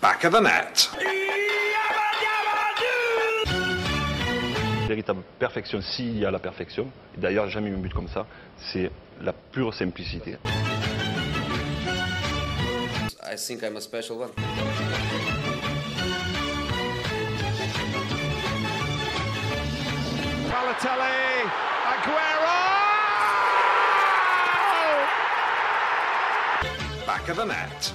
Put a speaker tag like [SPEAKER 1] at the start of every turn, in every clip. [SPEAKER 1] back of the net.
[SPEAKER 2] Véritable perfection, s'il y a la perfection, d'ailleurs j'ai jamais eu un but comme ça, c'est la pure simplicité.
[SPEAKER 3] I think I'm a special one.
[SPEAKER 4] Balotelli, Aguero!
[SPEAKER 1] Back of the net.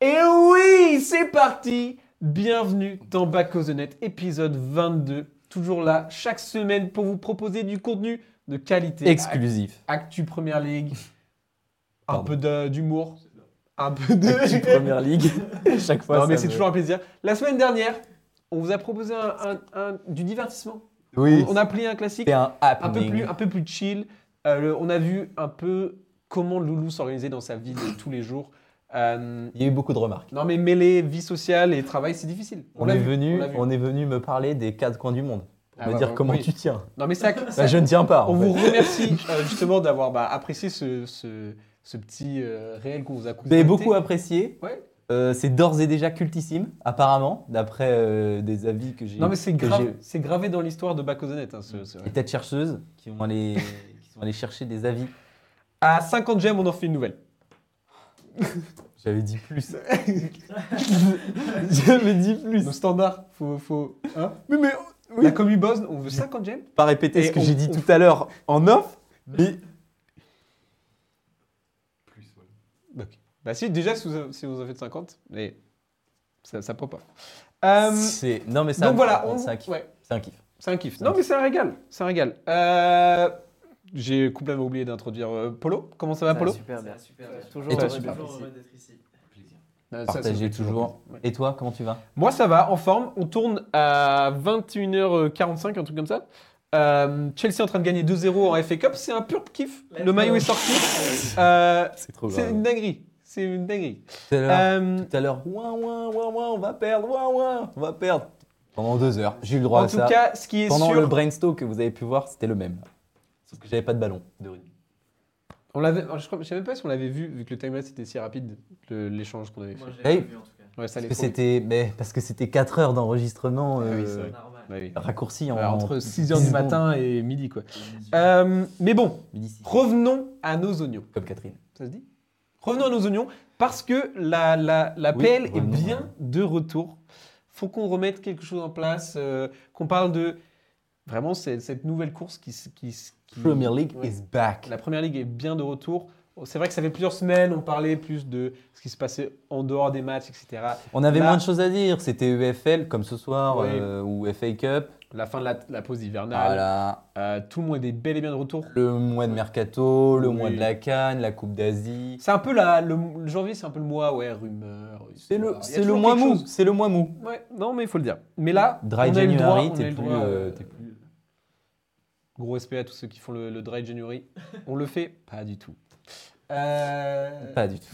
[SPEAKER 5] Et oui, c'est parti Bienvenue dans Back of the Net, épisode 22. Toujours là, chaque semaine, pour vous proposer du contenu de qualité.
[SPEAKER 6] Exclusif.
[SPEAKER 5] Actu Première League, un
[SPEAKER 6] Pardon.
[SPEAKER 5] peu de- d'humour, un peu de...
[SPEAKER 6] Actu Première Ligue. Chaque fois.
[SPEAKER 5] non mais
[SPEAKER 6] ça
[SPEAKER 5] c'est
[SPEAKER 6] me-
[SPEAKER 5] toujours un plaisir. La semaine dernière, on vous a proposé un- un- un- du divertissement.
[SPEAKER 6] Oui.
[SPEAKER 5] On, on a plié un classique
[SPEAKER 6] C'était un
[SPEAKER 5] un peu
[SPEAKER 6] happening.
[SPEAKER 5] plus, un peu plus chill. Euh, le- on a vu un peu comment Loulou s'organisait dans sa vie de tous les jours. Euh,
[SPEAKER 6] Il y a eu beaucoup de remarques.
[SPEAKER 5] non mais mêler vie sociale et travail, c'est difficile.
[SPEAKER 6] On,
[SPEAKER 5] l'a
[SPEAKER 6] est
[SPEAKER 5] vu,
[SPEAKER 6] venu,
[SPEAKER 5] l'a
[SPEAKER 6] on,
[SPEAKER 5] vu.
[SPEAKER 6] est venu me parler des quatre coins du monde.
[SPEAKER 5] Ah
[SPEAKER 6] me
[SPEAKER 5] bah,
[SPEAKER 6] dire
[SPEAKER 5] bah,
[SPEAKER 6] comment
[SPEAKER 5] oui.
[SPEAKER 6] tu tiens.
[SPEAKER 5] Non mais ça, ça-
[SPEAKER 6] Bah, je ne tiens pas. en
[SPEAKER 5] on
[SPEAKER 6] fait.
[SPEAKER 5] vous remercie euh, justement d'avoir bah, apprécié ce, ce, ce petit euh, réel qu'on vous a
[SPEAKER 6] Vous avez
[SPEAKER 5] concocté.
[SPEAKER 6] beaucoup apprécié.
[SPEAKER 5] Ouais.
[SPEAKER 6] Euh, c'est d'ores et déjà cultissime, apparemment, d'après euh, des avis que j'ai.
[SPEAKER 5] Non mais c'est
[SPEAKER 6] que
[SPEAKER 5] grave,
[SPEAKER 6] j'ai-
[SPEAKER 5] c'est gravé dans l'histoire de Back of the Net, hein, ce- ce-
[SPEAKER 6] Les têtes chercheuses qui vont aller, qui sont allées chercher des avis.
[SPEAKER 5] À 50 gemmes, on en fait une nouvelle.
[SPEAKER 6] J'avais dit plus.
[SPEAKER 5] J'avais dit plus. Nos standards, faut faut hein Mais mais la commu Bosn, on veut 50 gemmes.
[SPEAKER 6] Pas répéter
[SPEAKER 5] Et
[SPEAKER 6] ce que
[SPEAKER 5] on-
[SPEAKER 6] j'ai dit
[SPEAKER 5] on-
[SPEAKER 6] tout à l'heure en off, mais
[SPEAKER 5] Ok. Bah si, déjà, si vous, si vous en faites 50, mais ça, ça prend pas. Euh,
[SPEAKER 6] c'est. Non mais ça.
[SPEAKER 5] donc voilà,
[SPEAKER 6] par contre,
[SPEAKER 5] on-
[SPEAKER 6] c'est un kiff.
[SPEAKER 5] ouais,
[SPEAKER 6] C'est un kiff.
[SPEAKER 5] c'est un kiff.
[SPEAKER 6] C'est
[SPEAKER 5] Non,
[SPEAKER 6] un
[SPEAKER 5] mais c'est un régal, c'est un régal. Euh, J'ai complètement oublié d'introduire euh, Polo. Comment ça va, Polo
[SPEAKER 7] Super bien. Toujours,
[SPEAKER 6] Et toi,
[SPEAKER 7] heureux
[SPEAKER 6] super.
[SPEAKER 7] d'être ici.
[SPEAKER 5] Euh, ça, ça
[SPEAKER 6] Partagez
[SPEAKER 5] fait
[SPEAKER 6] toujours.
[SPEAKER 5] plaisir. Ouais.
[SPEAKER 6] Et toi, comment tu vas
[SPEAKER 5] Moi, ça va, en forme. On tourne à 21h45, un truc comme ça. Euh, Chelsea est en train de gagner 2-0 en FA Cup, c'est un pur kiff. Le maillot est sorti. Euh,
[SPEAKER 6] C'est trop
[SPEAKER 5] c'est une dinguerie. C'est une dinguerie.
[SPEAKER 6] Tout à l'heure,
[SPEAKER 5] Euh,
[SPEAKER 6] tout à l'heure, ouin, ouin, ouin, ouin, on va perdre, ouin, ouin, on va perdre. Pendant deux heures, j'ai eu le droit
[SPEAKER 5] en
[SPEAKER 6] à
[SPEAKER 5] tout
[SPEAKER 6] ça.
[SPEAKER 5] cas, ce qui est
[SPEAKER 6] Pendant
[SPEAKER 5] sûr,
[SPEAKER 6] le brainstorm que vous avez pu voir, c'était le même. Sauf que j'avais pas de ballon de rugby.
[SPEAKER 5] On l'avait, alors, je ne sais même pas si on l'avait vu, vu que le timeline était si rapide, le- l'échange qu'on avait fait.
[SPEAKER 7] Moi, je l'ai
[SPEAKER 6] Hey.
[SPEAKER 7] pas vu en tout cas.
[SPEAKER 5] Ouais, ça
[SPEAKER 6] Parce
[SPEAKER 5] allait
[SPEAKER 6] que
[SPEAKER 5] trop vite.
[SPEAKER 6] c'était, mais parce que c'était 4 heures d'enregistrement
[SPEAKER 5] Ah oui,
[SPEAKER 6] euh,
[SPEAKER 5] c'est vrai.
[SPEAKER 7] Normal.
[SPEAKER 5] Bah oui.
[SPEAKER 6] raccourci en
[SPEAKER 5] Ouais, entre 6
[SPEAKER 6] dix
[SPEAKER 5] h du
[SPEAKER 6] secondes.
[SPEAKER 5] matin et midi. quoi.
[SPEAKER 7] Bah,
[SPEAKER 5] Euh, mais bon,
[SPEAKER 6] Midi six.
[SPEAKER 5] revenons à nos oignons.
[SPEAKER 6] Comme Catherine.
[SPEAKER 5] Ça se dit Revenons à nos oignons, parce que la, la, la
[SPEAKER 6] Oui,
[SPEAKER 5] PL est
[SPEAKER 6] revenons,
[SPEAKER 5] bien
[SPEAKER 6] ouais.
[SPEAKER 5] de retour. faut qu'on remette quelque chose en place, euh, qu'on parle de vraiment c'est- cette nouvelle course qui... s- qui, s- qui-
[SPEAKER 6] Premier League
[SPEAKER 5] Ouais.
[SPEAKER 6] is back.
[SPEAKER 5] La première ligue est bien de retour. C'est vrai que ça fait plusieurs semaines, on parlait plus de ce qui se passait en dehors des matchs, etc.
[SPEAKER 6] On avait
[SPEAKER 5] Là-
[SPEAKER 6] moins de choses à dire. C'était EFL comme ce soir
[SPEAKER 5] Oui.
[SPEAKER 6] euh, ou FA Cup.
[SPEAKER 5] La fin de la, la pause hivernale.
[SPEAKER 6] Voilà.
[SPEAKER 5] Euh, tout le monde est bel et bien de retour.
[SPEAKER 6] Le mois de mercato, le
[SPEAKER 5] Oui.
[SPEAKER 6] mois de la Cannes, la Coupe d'Asie.
[SPEAKER 5] C'est un peu la, le, le janvier, c'est un peu le mois, ouais, rumeur. euh,
[SPEAKER 6] C'est
[SPEAKER 5] histoire. Il
[SPEAKER 6] le,
[SPEAKER 5] y a
[SPEAKER 6] c'est le
[SPEAKER 5] toujours
[SPEAKER 6] mois
[SPEAKER 5] quelque
[SPEAKER 6] mou.
[SPEAKER 5] chose.
[SPEAKER 6] C'est le mois mou.
[SPEAKER 5] Ouais, non, mais il faut le dire. Mais là,
[SPEAKER 6] Dry
[SPEAKER 5] on a eu le droit,
[SPEAKER 6] January,
[SPEAKER 5] on a eu
[SPEAKER 6] t'es
[SPEAKER 5] le
[SPEAKER 6] plus,
[SPEAKER 5] droit,
[SPEAKER 6] euh,
[SPEAKER 5] euh,
[SPEAKER 6] t'es plus-
[SPEAKER 5] Gros respect à tous ceux qui font le, le dry January. On le fait Pas du tout. Euh,
[SPEAKER 6] Pas du tout.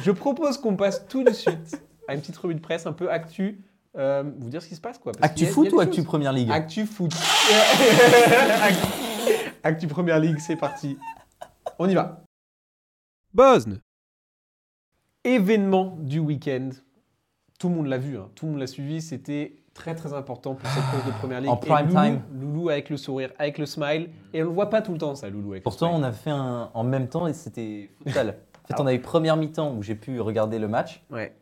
[SPEAKER 5] Je propose qu'on passe tout de suite à une petite revue de presse un peu actu. euh, vous dire ce qui se passe, quoi. parce qu'il
[SPEAKER 6] Actu
[SPEAKER 5] y a- il y a
[SPEAKER 6] foot
[SPEAKER 5] des
[SPEAKER 6] ou actu
[SPEAKER 5] choses.
[SPEAKER 6] première ligue
[SPEAKER 5] Actu foot. Actu- Actu Première Ligue, c'est parti. On y va. Bosne. Événement du week-end. Tout le monde l'a vu, hein, tout le monde l'a suivi. C'était très très important pour cette course de Première Ligue.
[SPEAKER 6] En
[SPEAKER 5] Et
[SPEAKER 6] prime
[SPEAKER 5] Loulou,
[SPEAKER 6] time.
[SPEAKER 5] Loulou avec le sourire, avec le smile. Et on le voit pas tout le temps, ça, Loulou. Avec
[SPEAKER 6] Pourtant,
[SPEAKER 5] le
[SPEAKER 6] on
[SPEAKER 5] smile.
[SPEAKER 6] a fait un en même temps et c'était futsal. En fait, on a eu première mi-temps où j'ai pu regarder le match
[SPEAKER 5] Ouais.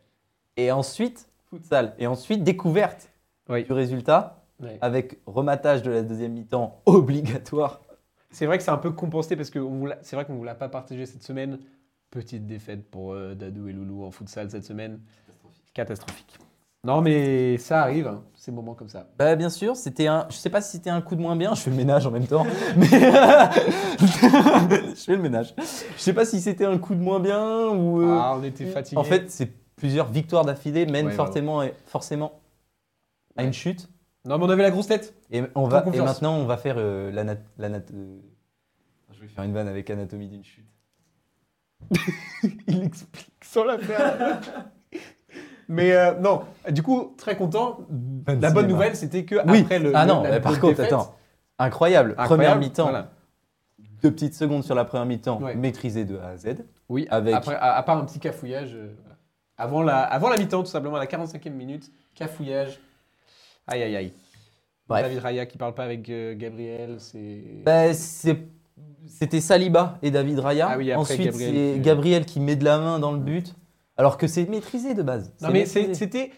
[SPEAKER 6] et ensuite futsal et ensuite découverte
[SPEAKER 5] Oui.
[SPEAKER 6] du résultat
[SPEAKER 5] Ouais.
[SPEAKER 6] avec rematage de la deuxième mi-temps obligatoire.
[SPEAKER 5] C'est vrai que c'est un peu compensé parce que on vous l'a- c'est vrai qu'on vous l'a pas partagé cette semaine. Petite défaite pour euh, Dadou et Loulou en futsal cette semaine. Catastrophique. Non mais ça arrive, hein, ces moments comme ça.
[SPEAKER 6] Bah bien sûr, c'était un je sais pas si c'était un coup de moins bien, je fais le ménage en même temps. Mais je fais le ménage. Je sais pas si c'était un coup de moins bien ou euh,
[SPEAKER 5] Ah, on était fatigués.
[SPEAKER 6] En fait, c'est plusieurs victoires d'affilée mènent
[SPEAKER 5] Ouais,
[SPEAKER 6] fortement, et- forcément à une chute.
[SPEAKER 5] non mais on avait la grosse tête.
[SPEAKER 6] Et, on va, et
[SPEAKER 5] confiance.
[SPEAKER 6] maintenant, on va faire euh, l'anat... l'anat- euh, Je vais faire une vanne avec anatomie d'une chute.
[SPEAKER 5] Il explique sans la faire. mais euh, non, du coup très content.
[SPEAKER 6] de
[SPEAKER 5] La bonne
[SPEAKER 6] cinéma.
[SPEAKER 5] nouvelle, c'était que
[SPEAKER 6] Oui.
[SPEAKER 5] après le
[SPEAKER 6] ah
[SPEAKER 5] le-
[SPEAKER 6] non,
[SPEAKER 5] la
[SPEAKER 6] mais par
[SPEAKER 5] grosse
[SPEAKER 6] contre,
[SPEAKER 5] défaite,
[SPEAKER 6] attends. Incroyable.
[SPEAKER 5] incroyable,
[SPEAKER 6] Première mi-temps.
[SPEAKER 5] voilà.
[SPEAKER 6] Deux petites secondes sur la première mi-temps,
[SPEAKER 5] Ouais.
[SPEAKER 6] maîtrisée de A à Z.
[SPEAKER 5] Oui,
[SPEAKER 6] Avec-
[SPEAKER 5] après, à, à part un petit cafouillage. euh, voilà. avant la, avant la mi-temps, tout simplement, à la 45e minute, cafouillage. Aïe, aïe, aïe.
[SPEAKER 6] Bref.
[SPEAKER 5] David Raya qui parle pas avec euh, Gabriel, c'est.
[SPEAKER 6] Ben, c'est- c'était Saliba et David Raya.
[SPEAKER 5] Ah oui, après
[SPEAKER 6] Ensuite,
[SPEAKER 5] Gabriel
[SPEAKER 6] c'est
[SPEAKER 5] qui-
[SPEAKER 6] Gabriel qui met de la main dans le but, alors que c'est maîtrisé de base.
[SPEAKER 5] non, mais c'est-
[SPEAKER 6] maîtrisé.
[SPEAKER 5] c'était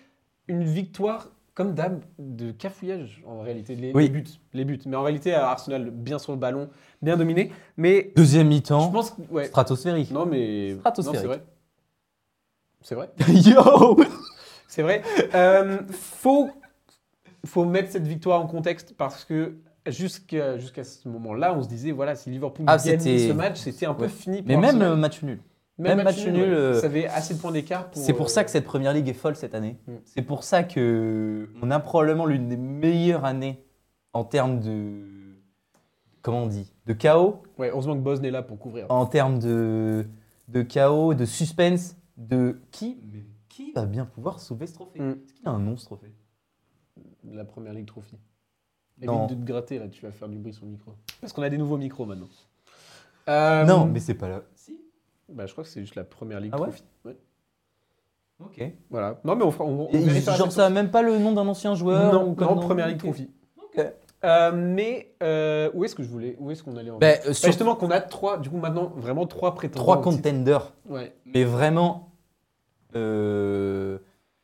[SPEAKER 5] une victoire comme d'hab de cafouillage, en réalité. Les,
[SPEAKER 6] Oui.
[SPEAKER 5] les buts. Les buts. Mais en réalité, à Arsenal, bien sur le ballon, bien dominé. Mais
[SPEAKER 6] Deuxième
[SPEAKER 5] je
[SPEAKER 6] mi-temps,
[SPEAKER 5] pense que. Ouais.
[SPEAKER 6] stratosphérique.
[SPEAKER 5] Non, mais. non,
[SPEAKER 6] Stratosphérique.
[SPEAKER 5] c'est vrai. C'est vrai.
[SPEAKER 6] Yo
[SPEAKER 5] C'est vrai. Euh, faut, faut mettre cette victoire en contexte parce que jusqu'à jusqu'à ce moment-là, on se disait voilà, si Liverpool
[SPEAKER 6] Ah,
[SPEAKER 5] gagnait
[SPEAKER 6] c'était-
[SPEAKER 5] ce match, c'était un peu
[SPEAKER 6] Ouais.
[SPEAKER 5] fini. Pour
[SPEAKER 6] Mais même
[SPEAKER 5] Arsenal.
[SPEAKER 6] euh, match nul. même match nul,
[SPEAKER 5] ouais.
[SPEAKER 6] euh,
[SPEAKER 5] ça avait assez de points d'écart pour.
[SPEAKER 6] C'est pour ça que
[SPEAKER 5] c'est.
[SPEAKER 6] cette première ligue est folle cette année.
[SPEAKER 5] Mm.
[SPEAKER 6] C'est pour ça que on a probablement l'une des meilleures années en termes de comment on dit de chaos,
[SPEAKER 5] Ouais, heureusement que Bosn est là pour couvrir.
[SPEAKER 6] en termes de de chaos, de suspense, de qui mais qui va bien pouvoir sauver ce trophée.
[SPEAKER 5] Mm.
[SPEAKER 6] Est-ce qu'il a un nom ce trophée
[SPEAKER 5] La première ligue trophy.
[SPEAKER 6] Non.
[SPEAKER 5] Évite de te gratter là, tu vas faire du bruit sur le micro. Parce qu'on a des nouveaux micros maintenant. Euh,
[SPEAKER 6] Non, mais c'est pas là. Si.
[SPEAKER 5] Bah, je crois que c'est juste la première ligue
[SPEAKER 6] Ah ouais
[SPEAKER 5] trophy. Ouais.
[SPEAKER 6] Ok. Et
[SPEAKER 5] Voilà. Non, mais on fera. On, on
[SPEAKER 6] il-
[SPEAKER 5] vérifiera
[SPEAKER 6] genre
[SPEAKER 5] ça
[SPEAKER 6] ça a même pas le nom d'un ancien joueur.
[SPEAKER 5] Non,
[SPEAKER 6] ou comme
[SPEAKER 5] non,
[SPEAKER 6] dans-
[SPEAKER 5] première ligue
[SPEAKER 6] Ok.
[SPEAKER 5] trophy.
[SPEAKER 6] Ok.
[SPEAKER 5] Euh, mais euh, où est-ce que je voulais Où est-ce qu'on allait en
[SPEAKER 6] Ben,
[SPEAKER 5] venir
[SPEAKER 6] euh,
[SPEAKER 5] Bah,
[SPEAKER 6] sur-
[SPEAKER 5] Justement, qu'on a trois, du coup, maintenant, vraiment trois prétendants.
[SPEAKER 6] Trois
[SPEAKER 5] au titre.
[SPEAKER 6] contenders,
[SPEAKER 5] Ouais.
[SPEAKER 6] mais vraiment. Euh...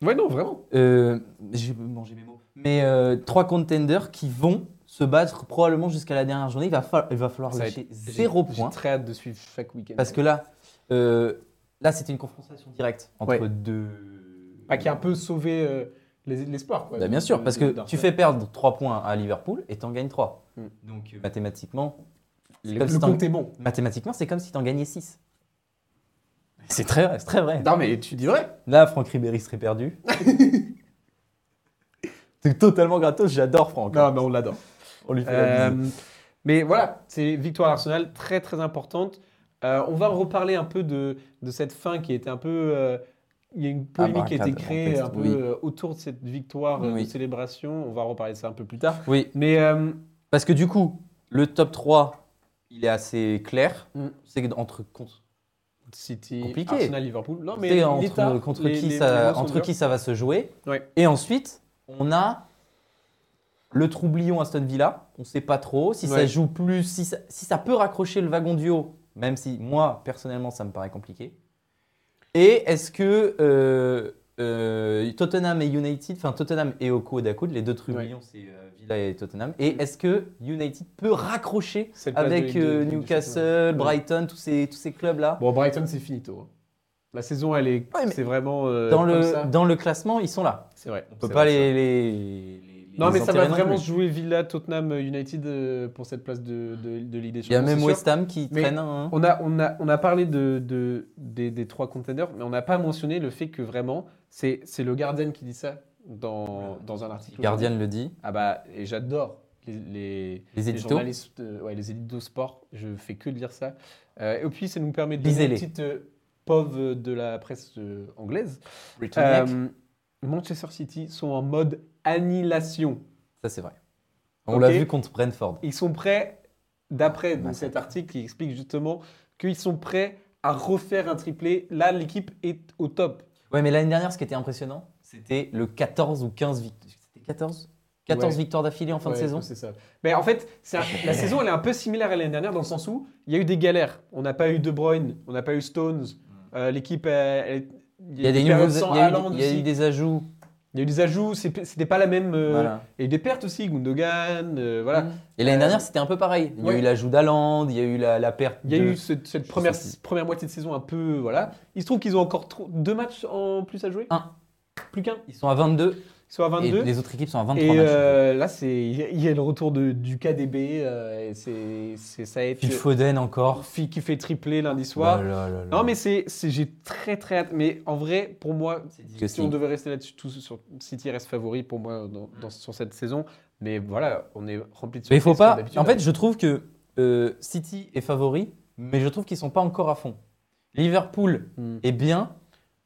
[SPEAKER 5] ouais, non, vraiment.
[SPEAKER 6] Euh, j'ai mangé mes mots. Mais euh, trois contenders qui vont se battre probablement jusqu'à la dernière journée. Il va, fa- il va falloir
[SPEAKER 5] Ça va
[SPEAKER 6] lâcher
[SPEAKER 5] être- j'ai-
[SPEAKER 6] zéro point.
[SPEAKER 5] J'ai très hâte de suivre chaque week-end.
[SPEAKER 6] Parce que là, euh, là c'était une confrontation directe entre
[SPEAKER 5] Ouais.
[SPEAKER 6] deux.
[SPEAKER 5] Ah, qui a un peu sauvé euh, les- l'espoir, quoi. Euh,
[SPEAKER 6] Bah, bien
[SPEAKER 5] de-
[SPEAKER 6] sûr,
[SPEAKER 5] de-
[SPEAKER 6] parce
[SPEAKER 5] de-
[SPEAKER 6] que tu
[SPEAKER 5] d'Arsenal.
[SPEAKER 6] fais perdre 3 points à Liverpool et t'en gagnes 3.
[SPEAKER 5] Hmm.
[SPEAKER 6] Donc euh, mathématiquement, c'est
[SPEAKER 5] Le,
[SPEAKER 6] comme si
[SPEAKER 5] le
[SPEAKER 6] t'en-
[SPEAKER 5] compte est bon.
[SPEAKER 6] mathématiquement, c'est comme si t'en gagnais 6. C'est très, vrai, c'est très vrai.
[SPEAKER 5] Non, mais tu dis vrai.
[SPEAKER 6] Là, Franck Ribéry serait perdu. c'est totalement gratos, j'adore Franck.
[SPEAKER 5] Non, mais on l'adore.
[SPEAKER 6] On lui fait la
[SPEAKER 5] Euh,
[SPEAKER 6] bise.
[SPEAKER 5] mais voilà, c'est victoire Arsenal très très importante. Euh, on va reparler un peu de, de cette fin qui était un peu. euh, il y a une polémique qui a été
[SPEAKER 6] Abracadabra,
[SPEAKER 5] créée un peu
[SPEAKER 6] oui.
[SPEAKER 5] euh, autour de cette victoire euh,
[SPEAKER 6] Oui.
[SPEAKER 5] de célébration. On va reparler de ça un peu plus tard.
[SPEAKER 6] Oui,
[SPEAKER 5] Mais euh,
[SPEAKER 6] parce que du coup, le top 3, il est assez clair.
[SPEAKER 5] Mm.
[SPEAKER 6] C'est entre, contre,
[SPEAKER 5] City,
[SPEAKER 6] Compliqué.
[SPEAKER 5] Arsenal, Liverpool. Non, mais
[SPEAKER 6] c'est
[SPEAKER 5] il est
[SPEAKER 6] entre,
[SPEAKER 5] tard.
[SPEAKER 6] contre,
[SPEAKER 5] Les-
[SPEAKER 6] qui,
[SPEAKER 5] les- les
[SPEAKER 6] ça,
[SPEAKER 5] matchs sont
[SPEAKER 6] entre
[SPEAKER 5] durs.
[SPEAKER 6] qui ça va se jouer.
[SPEAKER 5] Ouais.
[SPEAKER 6] Et ensuite, on a le troublion Aston Villa. On ne sait pas trop si ça
[SPEAKER 5] Ouais.
[SPEAKER 6] joue plus, si ça, si ça peut raccrocher le wagon du haut, même si moi, personnellement, ça me paraît compliqué. Et est-ce que euh, euh, Tottenham et United, enfin Tottenham et Oko Dakoud, les deux troublions, c'est euh, Villa et Tottenham. Et est-ce que United peut raccrocher
[SPEAKER 5] Cette place de
[SPEAKER 6] avec
[SPEAKER 5] Ligue Mm. de-
[SPEAKER 6] euh,
[SPEAKER 5] Ligue des
[SPEAKER 6] Newcastle,
[SPEAKER 5] Champions.
[SPEAKER 6] Brighton, tous ces, tous ces clubs-là.
[SPEAKER 5] Bon, Brighton, c'est finito. hein. La saison, elle est.
[SPEAKER 6] Ouais, mais-
[SPEAKER 5] c'est vraiment. euh,
[SPEAKER 6] dans,
[SPEAKER 5] comme
[SPEAKER 6] le,
[SPEAKER 5] ça.
[SPEAKER 6] dans le classement, ils sont là.
[SPEAKER 5] C'est vrai.
[SPEAKER 6] On peut
[SPEAKER 5] c'est
[SPEAKER 6] pas
[SPEAKER 5] vrai, ça.
[SPEAKER 6] les, les- les-
[SPEAKER 5] Non,
[SPEAKER 6] les
[SPEAKER 5] mais ça
[SPEAKER 6] enterrer
[SPEAKER 5] va
[SPEAKER 6] non
[SPEAKER 5] vraiment
[SPEAKER 6] plus.
[SPEAKER 5] se jouer Villa, Tottenham, United euh, pour cette place de, de, de Ligue des
[SPEAKER 6] Il y a
[SPEAKER 5] Champions.
[SPEAKER 6] même
[SPEAKER 5] c'est sûr.
[SPEAKER 6] West Ham qui
[SPEAKER 5] Mais-
[SPEAKER 6] traîne un. hein.
[SPEAKER 5] On a, on a, on a parlé de, de- des, des trois contenders, mais on n'a pas mentionné le fait que vraiment, c'est c'est le Guardian qui dit ça dans, dans un article.
[SPEAKER 6] Guardian le dit.
[SPEAKER 5] Ah bah, et j'adore les, les,
[SPEAKER 6] Les
[SPEAKER 5] les
[SPEAKER 6] éditos.
[SPEAKER 5] journalistes, euh, ouais, les éditos sport, je fais que de lire ça. Euh, et puis, ça nous permet de une
[SPEAKER 6] Lisez-les.
[SPEAKER 5] petite euh, pov de la presse euh, anglaise.
[SPEAKER 6] Euh,
[SPEAKER 5] Euh, Manchester City sont en mode annihilation.
[SPEAKER 6] ça, c'est vrai. On
[SPEAKER 5] Ok.
[SPEAKER 6] l'a vu contre Brentford.
[SPEAKER 5] Ils sont prêts, d'après donc,
[SPEAKER 6] Massacre.
[SPEAKER 5] cet article qui explique justement qu'ils sont prêts à refaire un triplé. Là, l'équipe est au top.
[SPEAKER 6] Ouais, mais l'année dernière, ce qui était impressionnant, c'était le 14 ou 15 victoires. C'était 14 14
[SPEAKER 5] Ouais.
[SPEAKER 6] victoires d'affilée en fin de
[SPEAKER 5] Ouais,
[SPEAKER 6] saison.
[SPEAKER 5] C'est ça. Mais en fait, c'est un- la saison, elle est un peu similaire à l'année dernière dans le sens où il y a eu des galères. On n'a pas eu De Bruyne, on n'a pas eu Stones. Euh, L'équipe, elle- elle-
[SPEAKER 6] Il y a des
[SPEAKER 5] périodes
[SPEAKER 6] nouveaux-
[SPEAKER 5] sans
[SPEAKER 6] il y a eu-
[SPEAKER 5] Haaland
[SPEAKER 6] il y a eu
[SPEAKER 5] aussi.
[SPEAKER 6] des ajouts.
[SPEAKER 5] Il y a eu des ajouts, c'est- c'était pas la même. euh,
[SPEAKER 6] Voilà.
[SPEAKER 5] Il y a eu des pertes aussi, Gundogan, euh, voilà.
[SPEAKER 6] Mm. Et l'année
[SPEAKER 5] Euh,
[SPEAKER 6] dernière, c'était un peu pareil. Il y a
[SPEAKER 5] ouais.
[SPEAKER 6] eu l'ajout d'Alland, il y a eu la, la perte.
[SPEAKER 5] Il y a
[SPEAKER 6] de-
[SPEAKER 5] eu ce- cette
[SPEAKER 6] Je
[SPEAKER 5] première,
[SPEAKER 6] sais
[SPEAKER 5] première moitié de saison un peu. Voilà. Il se trouve qu'ils ont encore trop- deux matchs en plus à jouer
[SPEAKER 6] Un.
[SPEAKER 5] Plus qu'un.
[SPEAKER 6] Ils sont à 22,
[SPEAKER 5] Ils sont à
[SPEAKER 6] et
[SPEAKER 5] 22.
[SPEAKER 6] les autres équipes sont à 23
[SPEAKER 5] Et
[SPEAKER 6] matchs.
[SPEAKER 5] euh, là, c'est- il y a le retour de, du KDB. euh, et c'est c'est- ça va être.
[SPEAKER 6] Phil Foden encore.
[SPEAKER 5] Fi- qui fait tripler lundi soir.
[SPEAKER 6] Oh là là là là.
[SPEAKER 5] Non, mais c'est, c'est- j'ai très très hâte. Mais en vrai, pour moi, si on
[SPEAKER 6] disgusting.
[SPEAKER 5] devait rester là-dessus, tout sur City reste favori pour moi dans, dans- sur cette saison. Mais voilà, on est rempli de
[SPEAKER 6] Mais il faut
[SPEAKER 5] surprises, comme
[SPEAKER 6] pas.
[SPEAKER 5] d'habitude.
[SPEAKER 6] En fait, je trouve que euh, City est favori, mais je trouve qu'ils sont pas encore à fond. Liverpool
[SPEAKER 5] Hmm.
[SPEAKER 6] est bien,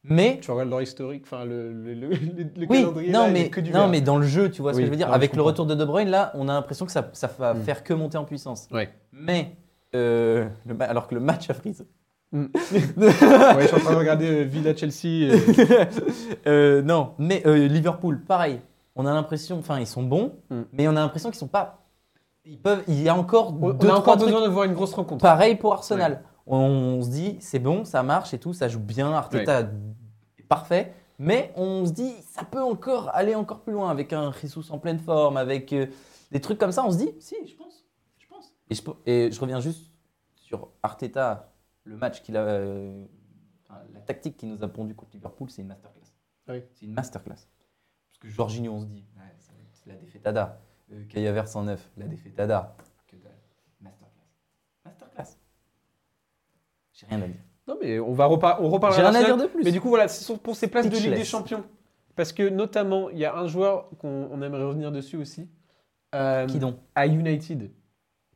[SPEAKER 6] mais
[SPEAKER 5] tu regardes leur historique, enfin le, le- le- le- le
[SPEAKER 6] oui,
[SPEAKER 5] calendrier.
[SPEAKER 6] non
[SPEAKER 5] là, il y a
[SPEAKER 6] mais
[SPEAKER 5] que du
[SPEAKER 6] non
[SPEAKER 5] vert.
[SPEAKER 6] mais dans le jeu, tu vois ce
[SPEAKER 5] Oui,
[SPEAKER 6] que je veux dire.
[SPEAKER 5] non, je
[SPEAKER 6] Avec le
[SPEAKER 5] comprends.
[SPEAKER 6] retour de De Bruyne, là, on a l'impression que ça, ça va
[SPEAKER 5] Hmm.
[SPEAKER 6] faire que monter en puissance.
[SPEAKER 5] Ouais.
[SPEAKER 6] Mais euh, le ma- alors que le match à Frise,
[SPEAKER 5] Mm. Ouais, je suis en train de regarder euh, Villa Chelsea. euh,
[SPEAKER 6] Euh, non, mais euh, Liverpool, pareil. On a l'impression, enfin, ils sont bons,
[SPEAKER 5] Mm.
[SPEAKER 6] mais on a l'impression qu'ils sont pas. Ils peuvent. Il y a encore
[SPEAKER 5] on
[SPEAKER 6] deux,
[SPEAKER 5] a
[SPEAKER 6] trois
[SPEAKER 5] encore
[SPEAKER 6] trucs.
[SPEAKER 5] besoin de voir une grosse rencontre.
[SPEAKER 6] Pareil pour Arsenal. On, on se dit, c'est bon, ça marche et tout, ça joue bien, Arteta est parfait. Mais on se dit, ça peut encore aller encore plus loin avec un Jesus en pleine forme, avec euh, des trucs comme ça. On se dit, si, je pense, je pense. Et je, et je reviens juste sur Arteta, le match qu'il a, euh, enfin, la tactique qu'il nous a pondue contre Liverpool, c'est une masterclass.
[SPEAKER 5] Ah oui.
[SPEAKER 6] C'est une masterclass. Parce que Jorginho, on se dit, ouais, ça va être- c'est la défaite Ada. Euh, Kaya Verts en neuf, la défaite Ada. Que dalle. Masterclass. Masterclass. J'ai rien à dire.
[SPEAKER 5] Non, mais on va repar- on reparlera.
[SPEAKER 6] J'ai rien à
[SPEAKER 5] d'Arsenal.
[SPEAKER 6] dire de plus.
[SPEAKER 5] Mais du coup, voilà, c'est sur- pour ces places de Ligue des
[SPEAKER 6] Speechless.
[SPEAKER 5] Champions. Parce que notamment, il y a un joueur qu'on on aimerait revenir dessus aussi. Euh,
[SPEAKER 6] Qui donc
[SPEAKER 5] à United.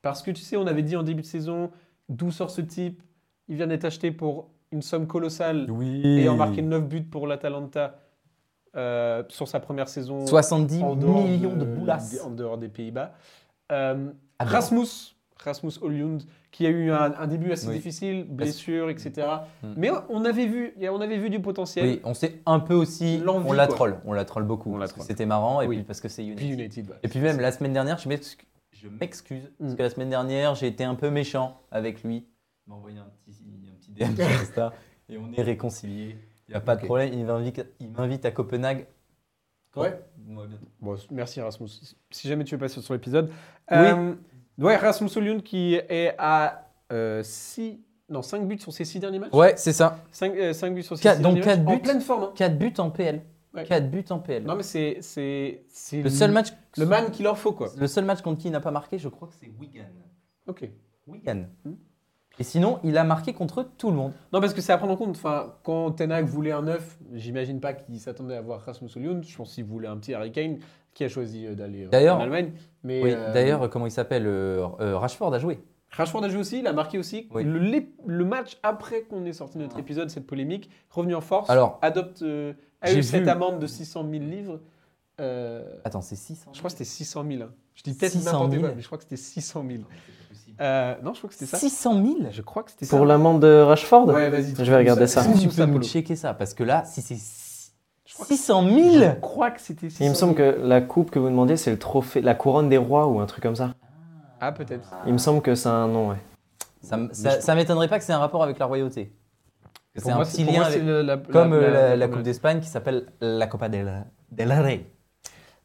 [SPEAKER 5] Parce que tu sais, on avait dit en début de saison, d'où sort ce type Il vient d'être acheté pour une somme colossale
[SPEAKER 6] Oui.
[SPEAKER 5] et a marqué 9 buts pour l'Atalanta euh, sur sa première saison
[SPEAKER 6] 70
[SPEAKER 5] en dehors
[SPEAKER 6] millions de, boulasses.
[SPEAKER 5] En dehors des Pays-Bas. Euh,
[SPEAKER 6] Ah, bien.
[SPEAKER 5] Rasmus, Rasmus Oljund, qui a eu un, un début assez
[SPEAKER 6] Oui.
[SPEAKER 5] difficile, blessure, etc.
[SPEAKER 6] Mm.
[SPEAKER 5] Mais on avait vu, on avait vu du potentiel.
[SPEAKER 6] Oui, on sait un peu aussi.
[SPEAKER 5] L'envie,
[SPEAKER 6] On la
[SPEAKER 5] quoi.
[SPEAKER 6] troll. On la troll beaucoup.
[SPEAKER 5] On la
[SPEAKER 6] parce que
[SPEAKER 5] troll.
[SPEAKER 6] C'était marrant et
[SPEAKER 5] Oui.
[SPEAKER 6] puis parce que c'est United.
[SPEAKER 5] Puis United, voilà.
[SPEAKER 6] Et puis même la semaine dernière, je m'excu- je m'excuse parce
[SPEAKER 5] Mm.
[SPEAKER 6] que la semaine dernière, j'ai été un peu méchant avec lui. Il m'a envoyé un petit, un petit DM sur Insta et on est réconciliés. Il n'y a pas de
[SPEAKER 5] Ok.
[SPEAKER 6] problème. Il m'invite, il m'invite à Copenhague.
[SPEAKER 5] Ouais.
[SPEAKER 6] Ouais, bientôt.
[SPEAKER 5] Bon, merci Rasmus. Si jamais tu veux passer sur l'épisode.
[SPEAKER 6] Oui.
[SPEAKER 5] Euh, ouais, Rasmus Oljund qui est à 6 non 5 buts sur ses 6 derniers matchs.
[SPEAKER 6] Ouais, c'est ça.
[SPEAKER 5] 5, buts sur ses
[SPEAKER 6] Quatre-
[SPEAKER 5] 6
[SPEAKER 6] donc
[SPEAKER 5] derniers
[SPEAKER 6] quatre
[SPEAKER 5] matchs. En
[SPEAKER 6] buts.
[SPEAKER 5] pleine forme. hein.
[SPEAKER 6] 4 buts en PL.
[SPEAKER 5] Ouais.
[SPEAKER 6] 4 buts en PL.
[SPEAKER 5] Non mais c'est c'est c'est
[SPEAKER 6] le seul match
[SPEAKER 5] le man qu'il leur faut quoi.
[SPEAKER 6] le seul match contre qui il n'a pas marqué, je crois que c'est Wigan.
[SPEAKER 5] OK.
[SPEAKER 6] Wigan.
[SPEAKER 5] Mm.
[SPEAKER 6] Et sinon, il a marqué contre tout le monde.
[SPEAKER 5] Non parce que c'est à prendre en compte enfin quand Ten Hag voulait un 9, j'imagine pas qu'il s'attendait à voir Rasmus Oljund, je pense qu'il voulait un petit Harry Kane qui a choisi euh, d'aller euh,
[SPEAKER 6] D'ailleurs-
[SPEAKER 5] en Allemagne mais
[SPEAKER 6] Oui,
[SPEAKER 5] euh,
[SPEAKER 6] d'ailleurs, euh, comment il s'appelle euh, euh, Rashford a joué.
[SPEAKER 5] Rashford a joué aussi, il a marqué aussi.
[SPEAKER 6] Oui.
[SPEAKER 5] Le, l'ép- le match après qu'on ait sorti notre épisode, cette polémique, revenu en force,
[SPEAKER 6] Alors,
[SPEAKER 5] adopte euh, a
[SPEAKER 6] j'ai
[SPEAKER 5] eu cette
[SPEAKER 6] vu-
[SPEAKER 5] amende de 600 000 livres. Euh,
[SPEAKER 6] Attends, c'est 600.
[SPEAKER 5] je crois que c'était 600 000. hein. Je dis peut-être
[SPEAKER 6] 600
[SPEAKER 5] n'importe
[SPEAKER 6] 000.
[SPEAKER 5] quoi, mais je crois que c'était 600 000. Euh, non, je crois que c'était ça.
[SPEAKER 6] 600 000
[SPEAKER 5] Je crois que c'était ça.
[SPEAKER 4] Pour l'amende de Rashford
[SPEAKER 5] Ouais, vas-y.
[SPEAKER 4] Je vais regarder ça.
[SPEAKER 5] Tout
[SPEAKER 6] Tu
[SPEAKER 5] ça,
[SPEAKER 6] peux me
[SPEAKER 5] Polo.
[SPEAKER 6] checker ça parce que là, si c'est si-
[SPEAKER 5] Je crois que-
[SPEAKER 6] 600 000
[SPEAKER 5] Je crois que c'était 600 000.
[SPEAKER 4] Il me semble que la coupe que vous demandez, c'est le trophée, la couronne des rois ou un truc comme ça.
[SPEAKER 5] Ah, peut-être.
[SPEAKER 4] Il me semble que ça a un nom, ouais.
[SPEAKER 6] Ça, m- ça, ça m'étonnerait pas que c'est un rapport avec la royauté. Que
[SPEAKER 5] Pour
[SPEAKER 6] C'est un
[SPEAKER 5] moi,
[SPEAKER 6] petit
[SPEAKER 5] pour
[SPEAKER 6] lien
[SPEAKER 5] moi, c'est
[SPEAKER 6] avec-
[SPEAKER 5] le- la-
[SPEAKER 6] comme euh, la, la
[SPEAKER 5] la-
[SPEAKER 6] Coupe d'Espagne qui s'appelle la Copa del, del Rey.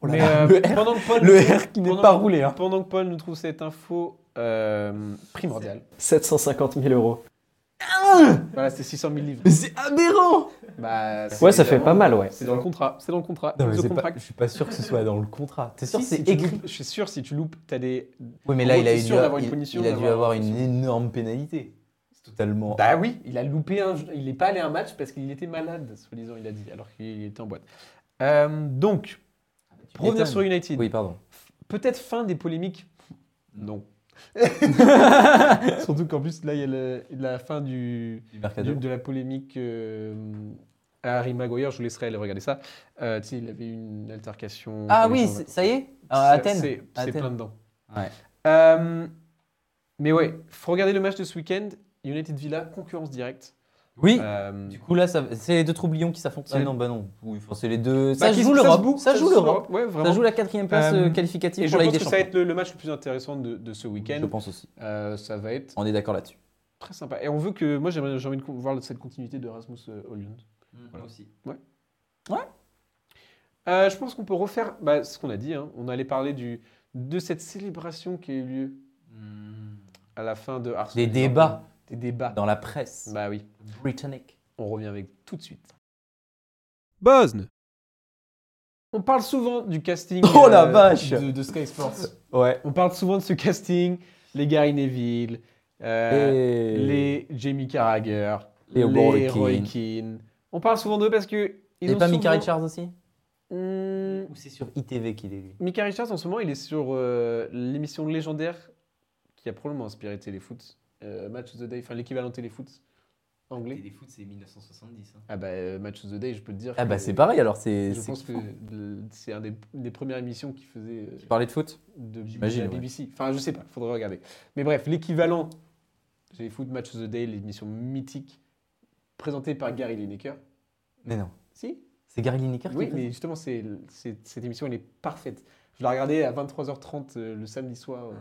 [SPEAKER 6] Oh là
[SPEAKER 5] Mais,
[SPEAKER 6] là,
[SPEAKER 5] euh,
[SPEAKER 6] le R.
[SPEAKER 5] pendant que Paul,
[SPEAKER 6] le R qui n'est
[SPEAKER 5] pendant-
[SPEAKER 6] pas roulé, hein.
[SPEAKER 5] Pendant que Paul nous trouve cette info euh, primordiale.
[SPEAKER 4] 750 000 euros.
[SPEAKER 5] Voilà, c'était 600 000 livres.
[SPEAKER 6] Mais c'est aberrant
[SPEAKER 5] Bah, c'est
[SPEAKER 4] Ouais, ça fait
[SPEAKER 5] évidemment-
[SPEAKER 4] pas mal, ouais.
[SPEAKER 5] C'est dans le contrat. C'est dans le contrat.
[SPEAKER 6] Non, mais
[SPEAKER 5] The
[SPEAKER 6] c'est pas-
[SPEAKER 5] contract.
[SPEAKER 6] je suis pas sûr que ce soit dans le contrat. T'es sûr
[SPEAKER 5] Si,
[SPEAKER 6] c'est
[SPEAKER 5] si tu
[SPEAKER 6] écrit
[SPEAKER 5] loupes- Je suis sûr, si tu loupes, t'as des.
[SPEAKER 6] Oui, mais
[SPEAKER 5] En
[SPEAKER 6] là,
[SPEAKER 5] gros,
[SPEAKER 6] il a,
[SPEAKER 5] t'es
[SPEAKER 6] eu
[SPEAKER 5] sûr d'avoir une
[SPEAKER 6] il-
[SPEAKER 5] punition,
[SPEAKER 6] il a dû
[SPEAKER 5] d'avoir-
[SPEAKER 6] avoir une énorme pénalité. C'est totalement.
[SPEAKER 5] Bah oui, il a loupé un. Il n'est pas allé à un match parce qu'il était malade, soi-disant, il a dit, alors qu'il était en boîte. Euh, donc, pour revenir sur United,
[SPEAKER 6] Oui, pardon.
[SPEAKER 5] peut-être fin des polémiques Non. Surtout qu'en plus, là, il y a le- la fin du,
[SPEAKER 6] Du
[SPEAKER 5] du-
[SPEAKER 6] mercado.
[SPEAKER 5] de la polémique euh, à Harry Maguire. Je vous laisserai aller regarder ça. Euh, tu sais, il avait eu une altercation.
[SPEAKER 6] Ah
[SPEAKER 5] avec
[SPEAKER 6] oui,
[SPEAKER 5] son-
[SPEAKER 6] c'est- ça y est
[SPEAKER 5] Ça,
[SPEAKER 6] À Athènes
[SPEAKER 5] C'est
[SPEAKER 6] À
[SPEAKER 5] c'est
[SPEAKER 6] Athènes.
[SPEAKER 5] plein dedans.
[SPEAKER 6] Ouais.
[SPEAKER 5] Euh, mais ouais, faut regarder le match de ce week-end. United Villa, concurrence directe.
[SPEAKER 6] Oui
[SPEAKER 5] Euh,
[SPEAKER 6] Du coup, là, ça- c'est les deux troublions qui s'affrontent. Ah
[SPEAKER 5] C'est-
[SPEAKER 6] non, bah non. Oui, enfin, c'est les deux.
[SPEAKER 5] bah,
[SPEAKER 6] ça,
[SPEAKER 5] qui-
[SPEAKER 6] joue
[SPEAKER 5] se
[SPEAKER 6] l'Europe.
[SPEAKER 5] boue,
[SPEAKER 6] Ça, joue
[SPEAKER 5] se
[SPEAKER 6] l'Europe.
[SPEAKER 5] Ouais,
[SPEAKER 6] Ça
[SPEAKER 5] vraiment.
[SPEAKER 6] joue la quatrième place
[SPEAKER 5] Euh,
[SPEAKER 6] euh, qualificative
[SPEAKER 5] Et je
[SPEAKER 6] pour la
[SPEAKER 5] pense
[SPEAKER 6] Ligue
[SPEAKER 5] que
[SPEAKER 6] des
[SPEAKER 5] ça va
[SPEAKER 6] Champions.
[SPEAKER 5] être le, le match le plus intéressant de, de ce week-end.
[SPEAKER 6] Je pense aussi.
[SPEAKER 5] Euh, ça va être
[SPEAKER 6] On est d'accord là-dessus.
[SPEAKER 5] très sympa. Et on veut que. Moi, j'aimerais- j'ai envie de con- voir cette continuité de Rasmus euh, Højlund. Voilà.
[SPEAKER 6] aussi.
[SPEAKER 5] Euh, je pense qu'on peut refaire bah, ce qu'on a dit. hein. On allait parler du, de cette célébration qui a eu lieu à la fin de Arsenal.
[SPEAKER 6] Des débats
[SPEAKER 5] Des débats.
[SPEAKER 6] Mm. dans la presse
[SPEAKER 5] Bah oui,
[SPEAKER 6] britannique.
[SPEAKER 5] on revient avec tout de suite. Bosne On parle souvent du casting euh,
[SPEAKER 6] Oh la vache
[SPEAKER 5] de, de Sky Sports.
[SPEAKER 6] Ouais.
[SPEAKER 5] On parle souvent de ce casting, les Gary Neville, euh,
[SPEAKER 6] Et...
[SPEAKER 5] les Jamie Carragher,
[SPEAKER 6] Les
[SPEAKER 5] les
[SPEAKER 6] Roy
[SPEAKER 5] Roy
[SPEAKER 6] Keane.
[SPEAKER 5] Keane. On parle souvent d'eux parce que ils
[SPEAKER 6] Et
[SPEAKER 5] ont
[SPEAKER 6] pas
[SPEAKER 5] souvent-
[SPEAKER 6] Mika Richards aussi
[SPEAKER 5] Hmm,
[SPEAKER 6] Ou c'est sur ITV qu'il est lui
[SPEAKER 5] Mika Richards en ce moment, il est sur euh, l'émission légendaire qui a probablement inspiré Téléfoot, euh, Match of the Day, enfin l'équivalent Téléfoot anglais.
[SPEAKER 6] foot, c'est 1970.
[SPEAKER 5] Ah bah euh, Match of the Day, je peux te dire.
[SPEAKER 6] Ah
[SPEAKER 5] que-
[SPEAKER 6] bah c'est pareil alors, c'est.
[SPEAKER 5] Je
[SPEAKER 6] c'est-
[SPEAKER 5] pense que le- c'est un des, des premières émissions qui faisait euh,
[SPEAKER 6] Tu parlais de foot
[SPEAKER 5] de, de
[SPEAKER 6] J'imagine,
[SPEAKER 5] la
[SPEAKER 6] ouais.
[SPEAKER 5] BBC. Enfin, je sais pas, faudrait regarder. Mais bref, l'équivalent C'est Foot Match of the Day, l'émission mythique présentée par Gary Lineker.
[SPEAKER 6] Mais non.
[SPEAKER 5] Si
[SPEAKER 6] C'est Gary Lineker qui
[SPEAKER 5] Oui,
[SPEAKER 6] fait
[SPEAKER 5] mais justement, c'est c'est- cette émission, elle est parfaite. Je la regardais à 23h30 euh, le samedi soir. euh,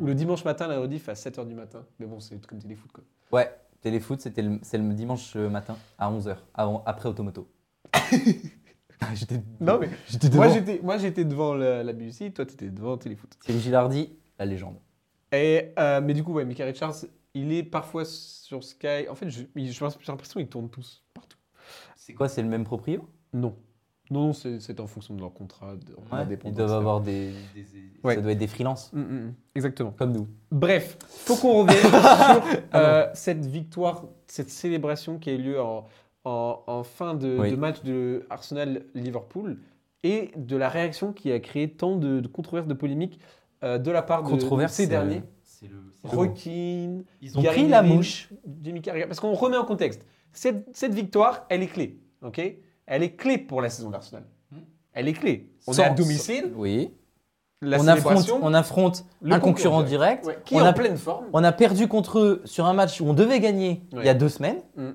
[SPEAKER 5] Ou le dimanche matin, la rediff à 7h du matin. Mais bon, c'est comme téléfoot, quoi.
[SPEAKER 6] ça Ouais, Téléfoot, c'était le, c'est le dimanche euh, matin à 11h, après Automoto. Ah, j'étais
[SPEAKER 5] Non, mais
[SPEAKER 6] j'étais
[SPEAKER 5] moi,
[SPEAKER 6] devant.
[SPEAKER 5] j'étais- moi, j'étais devant la, la BBC, toi, t'étais devant téléfoot.
[SPEAKER 6] Thierry Gilardi, la légende.
[SPEAKER 5] Et, euh, mais du coup, ouais, Mika Richards, il est parfois sur Sky. En fait, je- il- j'ai l'impression qu'ils tournent tous partout.
[SPEAKER 6] C'est quoi, c'est le même proprio
[SPEAKER 5] Non. Non, c'est c'est en fonction de leur contrat. De, en indépendance,
[SPEAKER 6] Ils doivent
[SPEAKER 5] etc.
[SPEAKER 6] avoir des. des-
[SPEAKER 5] Ouais.
[SPEAKER 6] Ça doit être des freelances,
[SPEAKER 5] Mm, mm, mm. Exactement.
[SPEAKER 6] comme nous.
[SPEAKER 5] Bref, faut qu'on revienne sur
[SPEAKER 6] Ah
[SPEAKER 5] euh, cette victoire, cette célébration qui a eu lieu en, en- en fin de,
[SPEAKER 6] Oui.
[SPEAKER 5] de match de Arsenal-Liverpool et de la réaction qui a créé tant de, de controverses, de polémiques euh, de la part de, de
[SPEAKER 6] Controverse.
[SPEAKER 5] ces derniers.
[SPEAKER 7] C'est le. c'est le-
[SPEAKER 5] Rokin,
[SPEAKER 6] euh, Ils ont
[SPEAKER 5] Gary
[SPEAKER 6] pris la
[SPEAKER 5] Neville,
[SPEAKER 6] mouche.
[SPEAKER 5] Jimmy Carragher. Parce qu'on remet en contexte. Cette, cette victoire, elle est clé. ok elle est clé pour la saison d'Arsenal. Elle est clé. On est
[SPEAKER 6] Sans-
[SPEAKER 5] à domicile.
[SPEAKER 6] Oui.
[SPEAKER 5] La
[SPEAKER 6] On affronte,
[SPEAKER 5] célébration,
[SPEAKER 6] on affronte
[SPEAKER 5] le
[SPEAKER 6] un concurrent direct.
[SPEAKER 5] Ouais, qui
[SPEAKER 6] on
[SPEAKER 5] est en
[SPEAKER 6] a-
[SPEAKER 5] pleine forme.
[SPEAKER 6] On a perdu contre eux sur un match où on devait gagner il y a
[SPEAKER 5] Ouais.
[SPEAKER 6] deux semaines.
[SPEAKER 5] Mm.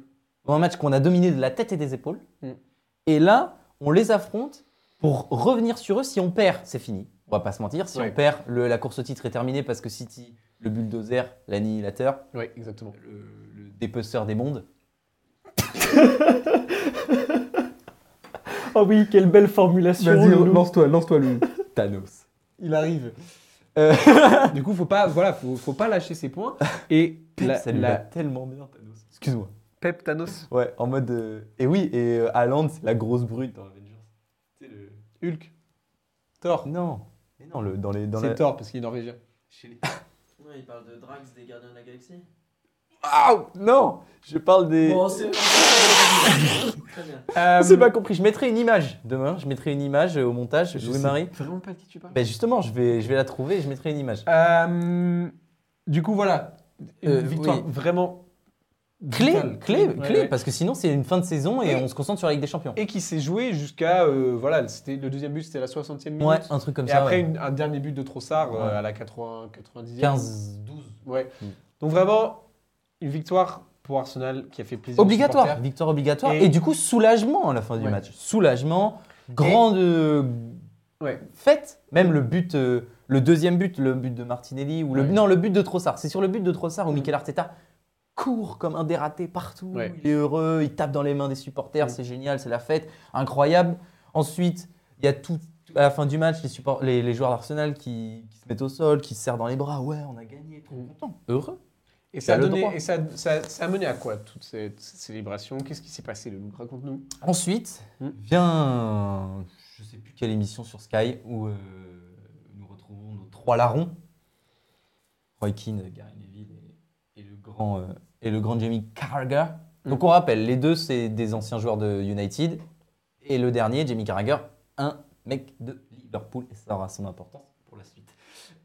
[SPEAKER 6] Un match qu'on a dominé de la tête et des épaules.
[SPEAKER 5] Mm.
[SPEAKER 6] Et là, on les affronte pour revenir sur eux. Si on perd, c'est fini. On va pas se mentir. Si
[SPEAKER 5] Ouais.
[SPEAKER 6] on perd, le- la course au titre est terminée parce que City, le bulldozer, l'annihilateur,
[SPEAKER 5] Oui, exactement.
[SPEAKER 6] le, le dépeceur des mondes.
[SPEAKER 4] Oh oui, quelle belle formulation. Loulou.
[SPEAKER 6] lance-toi, lance-toi, Lou. Thanos. Euh,
[SPEAKER 5] Il arrive. du coup, faut pas, voilà, faut, faut pas lâcher ses points. Et la,
[SPEAKER 6] Ça lui va
[SPEAKER 5] la-
[SPEAKER 6] tellement bien, Thanos. Excuse-moi.
[SPEAKER 5] Pep Thanos,
[SPEAKER 6] Ouais, en mode. euh, Et oui, et euh, Haaland, c'est la grosse brute dans Avengers. C'est le.
[SPEAKER 5] Hulk, Thor.
[SPEAKER 6] Non. Mais non, le, dans les. Dans
[SPEAKER 5] C'est
[SPEAKER 6] la-
[SPEAKER 5] Thor parce qu'il est norvégien.
[SPEAKER 7] Chez les...
[SPEAKER 8] Non, il parle de Drax des Gardiens de la Galaxie.
[SPEAKER 6] Ah non Je parle des.
[SPEAKER 8] Bon, c'est. Très bien.
[SPEAKER 5] Euh,
[SPEAKER 6] C'est pas compris. Je mettrai une image demain. Je mettrai une image euh, au montage.
[SPEAKER 5] je
[SPEAKER 6] Louis
[SPEAKER 5] sais
[SPEAKER 6] Marie.
[SPEAKER 5] Vraiment pas de qui tu parles.
[SPEAKER 6] Ben justement, je vais, je vais la trouver et je mettrai une image.
[SPEAKER 5] Euh, du coup, voilà. Une
[SPEAKER 6] Euh,
[SPEAKER 5] victoire
[SPEAKER 6] oui.
[SPEAKER 5] vraiment
[SPEAKER 6] Clé,
[SPEAKER 5] vitale.
[SPEAKER 6] clé,
[SPEAKER 5] Ah, Ouais,
[SPEAKER 6] clé,
[SPEAKER 5] ouais.
[SPEAKER 6] parce que sinon c'est une fin de saison et
[SPEAKER 5] Oui.
[SPEAKER 6] on se concentre sur la Ligue des Champions.
[SPEAKER 5] Et qui s'est joué jusqu'à euh, voilà, c'était le deuxième but, c'était la 60e minute.
[SPEAKER 6] Ouais, un truc comme
[SPEAKER 5] et
[SPEAKER 6] ça.
[SPEAKER 5] après
[SPEAKER 6] ouais.
[SPEAKER 5] une- un dernier but de Trossard euh,
[SPEAKER 6] Ouais.
[SPEAKER 5] à la 80, 90e.
[SPEAKER 6] 15, 12.
[SPEAKER 5] Ouais.
[SPEAKER 6] Mm.
[SPEAKER 5] Donc vraiment une victoire pour Arsenal qui a fait plaisir. aux
[SPEAKER 6] Obligatoire,
[SPEAKER 5] supporters.
[SPEAKER 6] victoire obligatoire. Et...
[SPEAKER 5] Et-
[SPEAKER 6] du coup, soulagement à la fin du
[SPEAKER 5] Ouais.
[SPEAKER 6] match. Soulagement, grande euh,
[SPEAKER 5] Ouais.
[SPEAKER 6] fête. Même le but, euh, le deuxième but, le but de Martinelli, ou le,
[SPEAKER 5] Ouais. Mm.
[SPEAKER 6] non, le but de Trossard. C'est sur le but de Trossard où Mikel Arteta court comme un dératé partout.
[SPEAKER 5] Ouais.
[SPEAKER 6] Il est heureux, il tape dans les mains des supporters,
[SPEAKER 5] Mm.
[SPEAKER 6] c'est génial, c'est la fête, incroyable. Ensuite, il y a tout. À la fin du match, les, support- les, les joueurs d'Arsenal qui, qui se mettent au sol, qui se serrent dans les bras. Ouais, on a gagné, trop
[SPEAKER 5] Mm.
[SPEAKER 6] content, heureux.
[SPEAKER 5] Et ça, a
[SPEAKER 6] le
[SPEAKER 5] donné-
[SPEAKER 6] droit.
[SPEAKER 5] et ça, ça- ça a mené à quoi toute cette célébration Qu'est-ce qui s'est passé, le Raconte-nous.
[SPEAKER 6] Ensuite,
[SPEAKER 5] Mm.
[SPEAKER 6] vient, je sais plus quelle émission sur Sky, où euh, nous retrouvons nos trois larrons. Roy Keane, Gary Neville et, et le grand, euh, et le grand Jamie Carragher. Donc on rappelle, les deux, c'est des anciens joueurs de United. Et le dernier, Jamie Carragher, un mec de Liverpool. Et ça aura son importance pour la suite.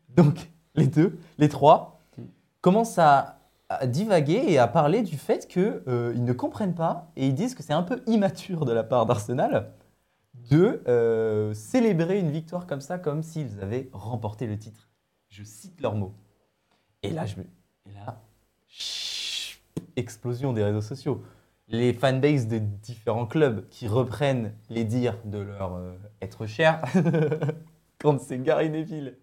[SPEAKER 6] Donc, les deux, les trois, commencent à, à divaguer et à parler du fait qu'ils ne comprennent pas et ils disent que c'est un peu immature de la part d'Arsenal de euh, célébrer une victoire comme ça, comme s'ils avaient remporté le titre. Je cite leurs mots. Et là, je me... Et là, chut, explosion des réseaux sociaux. Les fanbases des différents clubs qui reprennent les dires de leur euh, être cher quand c'est Gary Neville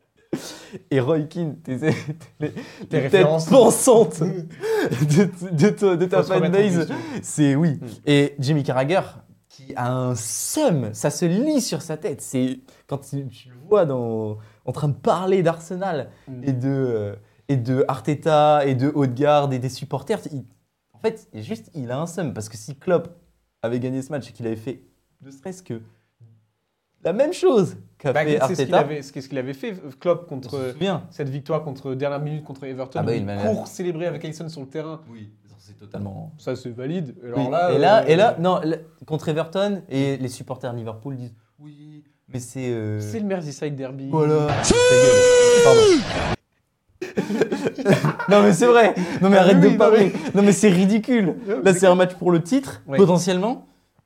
[SPEAKER 6] et Roy Keane, tes, tes- les- les
[SPEAKER 5] références.
[SPEAKER 6] têtes pensantes de, de ta- de ta
[SPEAKER 5] Faut se remettre en
[SPEAKER 6] fanbase.
[SPEAKER 5] question.
[SPEAKER 6] C'est oui.
[SPEAKER 5] Mm.
[SPEAKER 6] Et Jimmy Carragher, qui a un seum, ça se lit sur sa tête. C'est quand tu, tu le vois dans, en train de parler d'Arsenal
[SPEAKER 5] Mm.
[SPEAKER 6] et de euh, et de Arteta et de Odegaard et des supporters. il- en fait, il- juste, il a un seum parce que si Klopp avait gagné ce match et qu'il avait fait ne serait-ce que la même chose qu'a
[SPEAKER 5] Bah,
[SPEAKER 6] fait
[SPEAKER 5] c'est ce qu'il
[SPEAKER 6] Arteta,
[SPEAKER 5] avait, ce qu'est-ce qu'il avait fait, Klopp,
[SPEAKER 6] on se
[SPEAKER 5] contre
[SPEAKER 6] souvient.
[SPEAKER 5] cette victoire contre dernière minute contre Everton.
[SPEAKER 6] Ah bah,
[SPEAKER 5] où
[SPEAKER 6] il
[SPEAKER 5] il
[SPEAKER 6] m'a-
[SPEAKER 5] court célébrer avec Alisson sur le terrain.
[SPEAKER 7] Oui, non, c'est totalement.
[SPEAKER 6] Totalement.
[SPEAKER 5] Ça, c'est valide. Alors
[SPEAKER 6] Oui.
[SPEAKER 5] là,
[SPEAKER 6] et là,
[SPEAKER 5] euh,
[SPEAKER 6] et là, non, là, contre Everton et les supporters de Liverpool disent oui, mais c'est euh,
[SPEAKER 5] c'est le Merseyside Derby.
[SPEAKER 6] Voilà. non mais c'est vrai. Non mais arrête
[SPEAKER 5] Ah oui,
[SPEAKER 6] de
[SPEAKER 5] non,
[SPEAKER 6] parler. Non mais c'est ridicule.
[SPEAKER 5] Non, mais
[SPEAKER 6] Là
[SPEAKER 5] c'est
[SPEAKER 6] c'est un match pour le titre
[SPEAKER 5] Ouais.
[SPEAKER 6] potentiellement.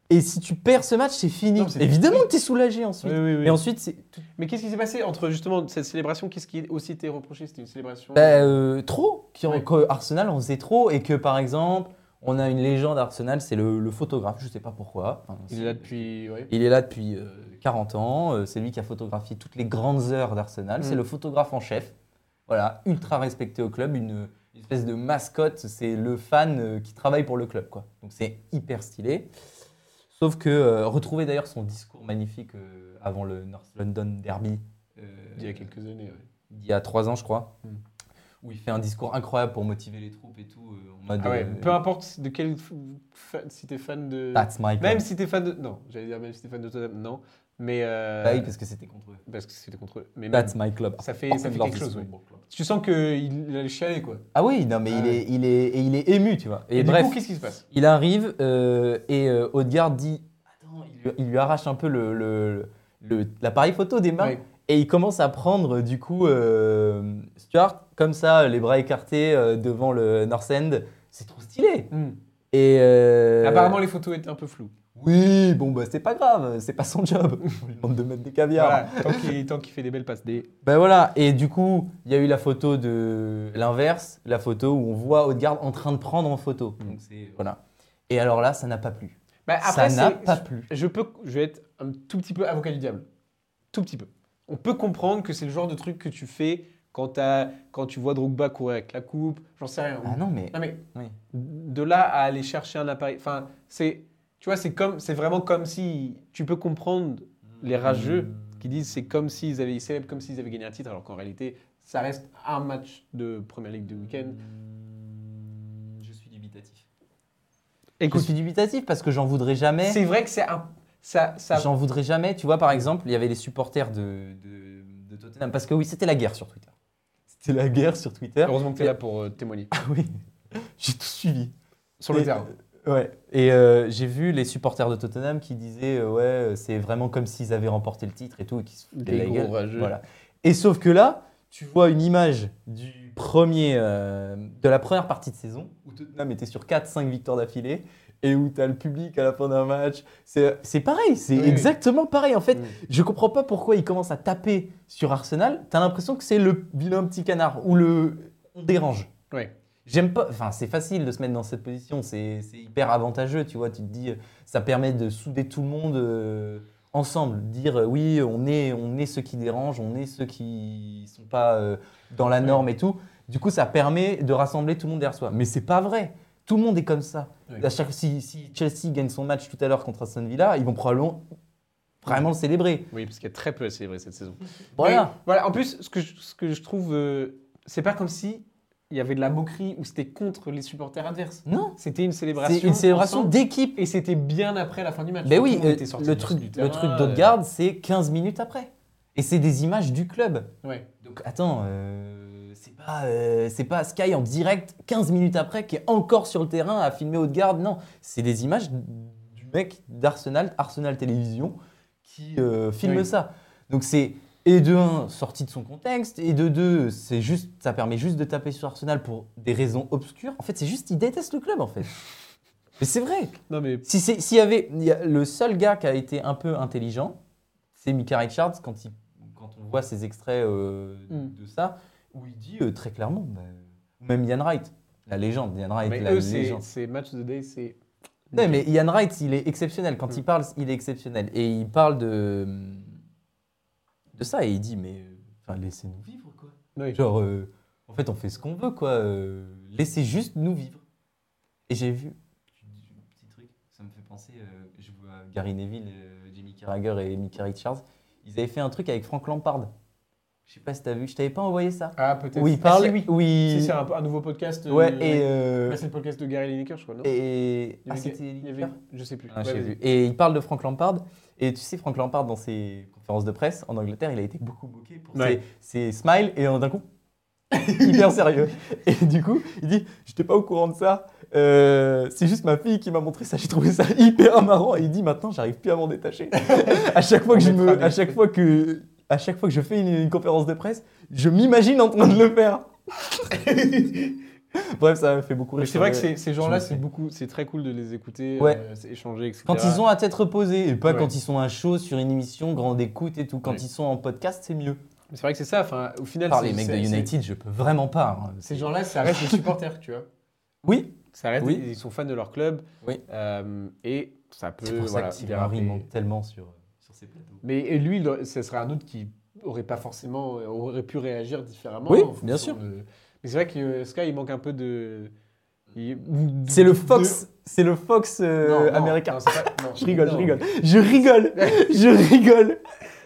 [SPEAKER 6] Et si tu perds ce match, c'est fini.
[SPEAKER 5] Non, mais c'est-
[SPEAKER 6] Évidemment que tu es soulagé ensuite.
[SPEAKER 5] Oui, oui, oui.
[SPEAKER 6] Et ensuite, c'est
[SPEAKER 5] Mais qu'est-ce qui s'est passé entre justement cette célébration Qu'est-ce qui aussi été reproché C'était une célébration.
[SPEAKER 6] Bah, euh, trop. Qui-
[SPEAKER 5] Ouais.
[SPEAKER 6] que Arsenal en faisait trop. Et que par exemple, on a une légende Arsenal, c'est le, le photographe, je sais pas pourquoi. Enfin,
[SPEAKER 5] il
[SPEAKER 6] c'est-
[SPEAKER 5] est là depuis. ouais.
[SPEAKER 6] Il est là depuis euh, 40 ans. euh, C'est lui qui a photographié toutes les grandes heures d'Arsenal. C'est
[SPEAKER 5] Mm.
[SPEAKER 6] le photographe en chef. Voilà, ultra respecté au club, une, une espèce de mascotte. C'est le fan euh, qui travaille pour le club, quoi. Donc c'est hyper stylé. Sauf que euh, retrouver d'ailleurs son discours magnifique euh, avant le North London Derby. euh,
[SPEAKER 5] Il y a quelques années. ouais.
[SPEAKER 6] il y a trois ans, je crois,
[SPEAKER 5] Mm.
[SPEAKER 6] où il fait un discours incroyable pour motiver les troupes et tout. euh, en mode,
[SPEAKER 5] Ah ouais,
[SPEAKER 6] euh,
[SPEAKER 5] peu importe de quel. f- fan- Si t'es fan de.
[SPEAKER 6] That's my
[SPEAKER 5] Même
[SPEAKER 6] club.
[SPEAKER 5] si t'es fan de. Non, j'allais dire même si t'es fan de Tottenham, non. Mais. euh,
[SPEAKER 6] Bah oui, parce que c'était contre eux.
[SPEAKER 5] parce que c'était contre eux. Mais même,
[SPEAKER 6] That's my club.
[SPEAKER 5] ça fait, ça fait quelque chose, oui. Tu sens qu'il il a le chialer, quoi.
[SPEAKER 6] Ah oui, non, mais
[SPEAKER 5] Ah
[SPEAKER 6] il,
[SPEAKER 5] ouais.
[SPEAKER 6] est, il, est, et il est ému, tu vois. Et,
[SPEAKER 5] Et, du
[SPEAKER 6] bref,
[SPEAKER 5] coup, qu'est-ce qui se passe
[SPEAKER 6] il arrive euh, et euh, Odegaard dit Attends, il lui, il lui arrache un peu l'appareil le, le- l'appareil photo des mains
[SPEAKER 5] Ouais.
[SPEAKER 6] et il commence à prendre, du coup, euh, Stuart, comme ça, les bras écartés euh, devant le North End. C'est trop stylé.
[SPEAKER 5] Hmm.
[SPEAKER 6] Et euh,
[SPEAKER 5] Apparemment, les photos étaient un peu floues.
[SPEAKER 6] Oui, bon, bah, c'est pas grave, c'est pas son job. On lui demande de mettre des caviar.
[SPEAKER 5] Voilà, tant qu'il tant qu'il fait des belles passes des.
[SPEAKER 6] Ben voilà, et du coup, il y a eu la photo de l'inverse, la photo où on voit Odegaard en train de prendre en photo. Donc c'est. euh, Voilà. Et alors là, ça n'a pas plu.
[SPEAKER 5] Bah, après,
[SPEAKER 6] ça n'a
[SPEAKER 5] c'est-
[SPEAKER 6] pas plu.
[SPEAKER 5] je peux, je vais être un tout petit peu avocat du diable. Tout petit peu. On peut comprendre que c'est le genre de truc que tu fais quand, t'as- quand tu vois Drogba courir avec la coupe, j'en sais rien.
[SPEAKER 6] Ah non, mais.
[SPEAKER 5] Non, mais
[SPEAKER 6] Oui.
[SPEAKER 5] de là à aller chercher un appareil, enfin, c'est, tu vois, c'est comme, c'est vraiment comme si tu peux comprendre les rageux qui disent c'est comme s'ils avaient, ils célèbrent comme s'ils avaient gagné un titre, alors qu'en réalité, ça reste un match de première ligue du week-end.
[SPEAKER 6] Hmm, Je suis dubitatif. Je
[SPEAKER 5] Écoute,
[SPEAKER 6] suis dubitatif parce que j'en voudrais jamais.
[SPEAKER 5] c'est vrai que c'est un, ça, ça,
[SPEAKER 6] J'en voudrais jamais. Tu vois, par exemple, il y avait les supporters de, de, de Tottenham. Parce que oui, c'était la guerre sur Twitter. C'était la guerre sur Twitter.
[SPEAKER 5] heureusement que tu es là pour euh, témoigner
[SPEAKER 6] Ah oui, j'ai tout suivi.
[SPEAKER 5] sur le
[SPEAKER 6] Et-
[SPEAKER 5] terrain.
[SPEAKER 6] Ouais, et euh, j'ai vu les supporters de Tottenham qui disaient euh, ouais, euh, c'est vraiment comme s'ils avaient remporté le titre et tout, et qui se foutaient
[SPEAKER 5] Des
[SPEAKER 6] de la
[SPEAKER 5] gros
[SPEAKER 6] gueule.
[SPEAKER 5] rageux.
[SPEAKER 6] Voilà. Et sauf que là, tu vois une image du premier, euh, de la première partie de saison où Tottenham était sur 4-5 victoires d'affilée et où tu as le public à la fin d'un match. C'est c'est pareil, c'est
[SPEAKER 5] Oui, oui.
[SPEAKER 6] exactement pareil. En fait,
[SPEAKER 5] Mm.
[SPEAKER 6] je comprends pas pourquoi ils commencent à taper sur Arsenal. Tu as l'impression que c'est le vilain petit canard ou le. On dérange.
[SPEAKER 5] Ouais.
[SPEAKER 6] J'aime pas. Enfin, c'est facile de se mettre dans cette position. C'est c'est hyper avantageux, tu vois. Tu te dis, euh, ça permet de souder tout le monde euh, ensemble. Dire, euh, oui, on est, on est ceux qui dérangent, on est ceux qui sont pas euh, dans la norme et tout. Du coup, ça permet de rassembler tout le monde derrière soi. Mais c'est pas vrai. Tout le monde est comme ça.
[SPEAKER 5] Ouais.
[SPEAKER 6] À chaque- si, si Chelsea gagne son match tout à l'heure contre Aston Villa, ils vont probablement vraiment le célébrer.
[SPEAKER 5] Oui, parce qu'il y a très peu à célébrer cette saison.
[SPEAKER 6] Voilà.
[SPEAKER 5] Mais, voilà. En plus, ce que je, ce que je trouve, euh, c'est pas comme si il y avait de la moquerie ou c'était contre les supporters adverses.
[SPEAKER 6] Non.
[SPEAKER 5] C'était une célébration.
[SPEAKER 6] C'est une célébration
[SPEAKER 5] ensemble,
[SPEAKER 6] d'équipe.
[SPEAKER 5] Et c'était bien après la fin du match.
[SPEAKER 6] Ben
[SPEAKER 5] Tout
[SPEAKER 6] oui,
[SPEAKER 5] monde
[SPEAKER 6] euh,
[SPEAKER 5] était sorti
[SPEAKER 6] le
[SPEAKER 5] du-
[SPEAKER 6] truc,
[SPEAKER 5] du
[SPEAKER 6] le
[SPEAKER 5] terrain,
[SPEAKER 6] truc
[SPEAKER 5] euh,
[SPEAKER 6] d'Odegaard, c'est 15 minutes après. Et c'est des images du club.
[SPEAKER 5] ouais.
[SPEAKER 6] Donc attends, euh, c'est pas, euh, c'est pas Sky en direct 15 minutes après qui est encore sur le terrain à filmer Odegaard. Non, c'est des images du mec d'Arsenal, Arsenal Télévision, qui euh, filme
[SPEAKER 5] Oui.
[SPEAKER 6] ça. Donc c'est et de un sorti de son contexte et de deux c'est juste ça permet juste de taper sur Arsenal pour des raisons obscures. En fait, c'est juste il déteste le club en fait. Mais c'est vrai.
[SPEAKER 5] Non mais
[SPEAKER 6] Si c'est- s'il y avait il y a- le seul gars qui a été un peu intelligent, c'est Mika Richards quand, il- quand on voit ses extraits euh,
[SPEAKER 5] Mm.
[SPEAKER 6] de ça, où il dit euh, très clairement, bah, ou même Ian Wright, la légende, Ian Wright,
[SPEAKER 5] mais
[SPEAKER 6] la
[SPEAKER 5] eux, c'est
[SPEAKER 6] légende.
[SPEAKER 5] c'est match de day, c'est.
[SPEAKER 6] Non, mais Ian Wright, il est exceptionnel. Quand il
[SPEAKER 5] Hmm.
[SPEAKER 6] parle, il est exceptionnel. Et il parle de, de ça et il dit, mais euh, enfin, laissez-nous vivre, quoi.
[SPEAKER 5] Oui.
[SPEAKER 6] Genre, euh, en fait, on fait ce qu'on veut, quoi. euh, laissez juste nous vivre. Et j'ai vu,
[SPEAKER 7] Petit truc, ça me fait penser. euh, je vois
[SPEAKER 6] Gary Neville, euh, Jimmy Carragher et Mika Richards, ils avaient fait un truc avec Frank Lampard. Je sais pas si t'as vu, je t'avais pas envoyé ça.
[SPEAKER 5] Ah peut-être.
[SPEAKER 6] Où il parle,
[SPEAKER 5] Ah, si, oui.
[SPEAKER 6] où il-
[SPEAKER 5] Si, c'est un, un nouveau podcast. euh,
[SPEAKER 6] ouais, et,
[SPEAKER 5] ouais.
[SPEAKER 6] euh,
[SPEAKER 5] Bah, c'est le podcast de Gary Lineker, je crois. Non
[SPEAKER 6] et
[SPEAKER 5] Il y
[SPEAKER 6] ah,
[SPEAKER 5] avait-
[SPEAKER 6] c'était
[SPEAKER 5] il y avait- Je sais plus.
[SPEAKER 6] Ah,
[SPEAKER 5] Ouais,
[SPEAKER 6] j'ai
[SPEAKER 5] vas-y.
[SPEAKER 6] vu. Et il parle de Frank Lampard. Et tu sais, Frank Lampard, dans ses conférences de presse en Angleterre, il a été beaucoup moqué pour
[SPEAKER 5] Ouais.
[SPEAKER 6] ses, ses smiles et d'un coup, hyper sérieux. Et du coup, il dit J'étais pas au courant de ça. Euh, c'est juste ma fille qui m'a montré ça. J'ai trouvé ça hyper marrant. Et il dit Maintenant, j'arrive plus à m'en détacher. à chaque fois que je
[SPEAKER 5] On mettra
[SPEAKER 6] me.
[SPEAKER 5] des-
[SPEAKER 6] À chaque fois que. À chaque fois que je fais une, une conférence de presse, je m'imagine en train de le faire. Bref, ça m'a fait beaucoup
[SPEAKER 5] Mais
[SPEAKER 6] rire.
[SPEAKER 5] c'est vrai que
[SPEAKER 6] Ouais.
[SPEAKER 5] ces, ces gens-là,
[SPEAKER 6] Je me
[SPEAKER 5] c'est
[SPEAKER 6] fais.
[SPEAKER 5] beaucoup, c'est très cool de les écouter,
[SPEAKER 6] Ouais.
[SPEAKER 5] euh, c'est- échanger, etc.
[SPEAKER 6] Quand ils ont à tête reposée, et pas
[SPEAKER 5] Ouais.
[SPEAKER 6] quand ils sont à chaud sur une émission, grande écoute et tout. Quand
[SPEAKER 5] Oui.
[SPEAKER 6] ils sont en podcast, c'est mieux.
[SPEAKER 5] Mais C'est vrai que c'est ça. Enfin, au final,
[SPEAKER 6] Par
[SPEAKER 5] c'est-
[SPEAKER 6] les mecs de
[SPEAKER 5] c'est-
[SPEAKER 6] United, je peux vraiment pas. hein.
[SPEAKER 5] c'est- Ces gens-là, ça reste des supporters, tu vois.
[SPEAKER 6] Oui,
[SPEAKER 5] Ça reste,
[SPEAKER 6] Oui.
[SPEAKER 5] ils sont fans de leur club.
[SPEAKER 6] Oui.
[SPEAKER 5] Euh, et ça peut,
[SPEAKER 6] c'est pour
[SPEAKER 5] voilà,
[SPEAKER 6] ça que Tim
[SPEAKER 5] déraper.
[SPEAKER 6] Henry monte tellement sur.
[SPEAKER 7] sur ces plateaux.
[SPEAKER 5] Mais et lui, il aurait- ce serait un autre qui aurait pas forcément, aurait pu réagir différemment.
[SPEAKER 6] Oui,
[SPEAKER 5] en fonction
[SPEAKER 6] bien sûr.
[SPEAKER 5] de- Mais c'est vrai que euh, Sky, il manque un peu de. il-
[SPEAKER 6] C'est le Fox, c'est le Fox
[SPEAKER 5] de-
[SPEAKER 6] euh,
[SPEAKER 5] Non, non,
[SPEAKER 6] américain.
[SPEAKER 5] non, c'est pas- non,
[SPEAKER 6] je rigole, je
[SPEAKER 5] non.
[SPEAKER 6] rigole, je rigole, je rigole.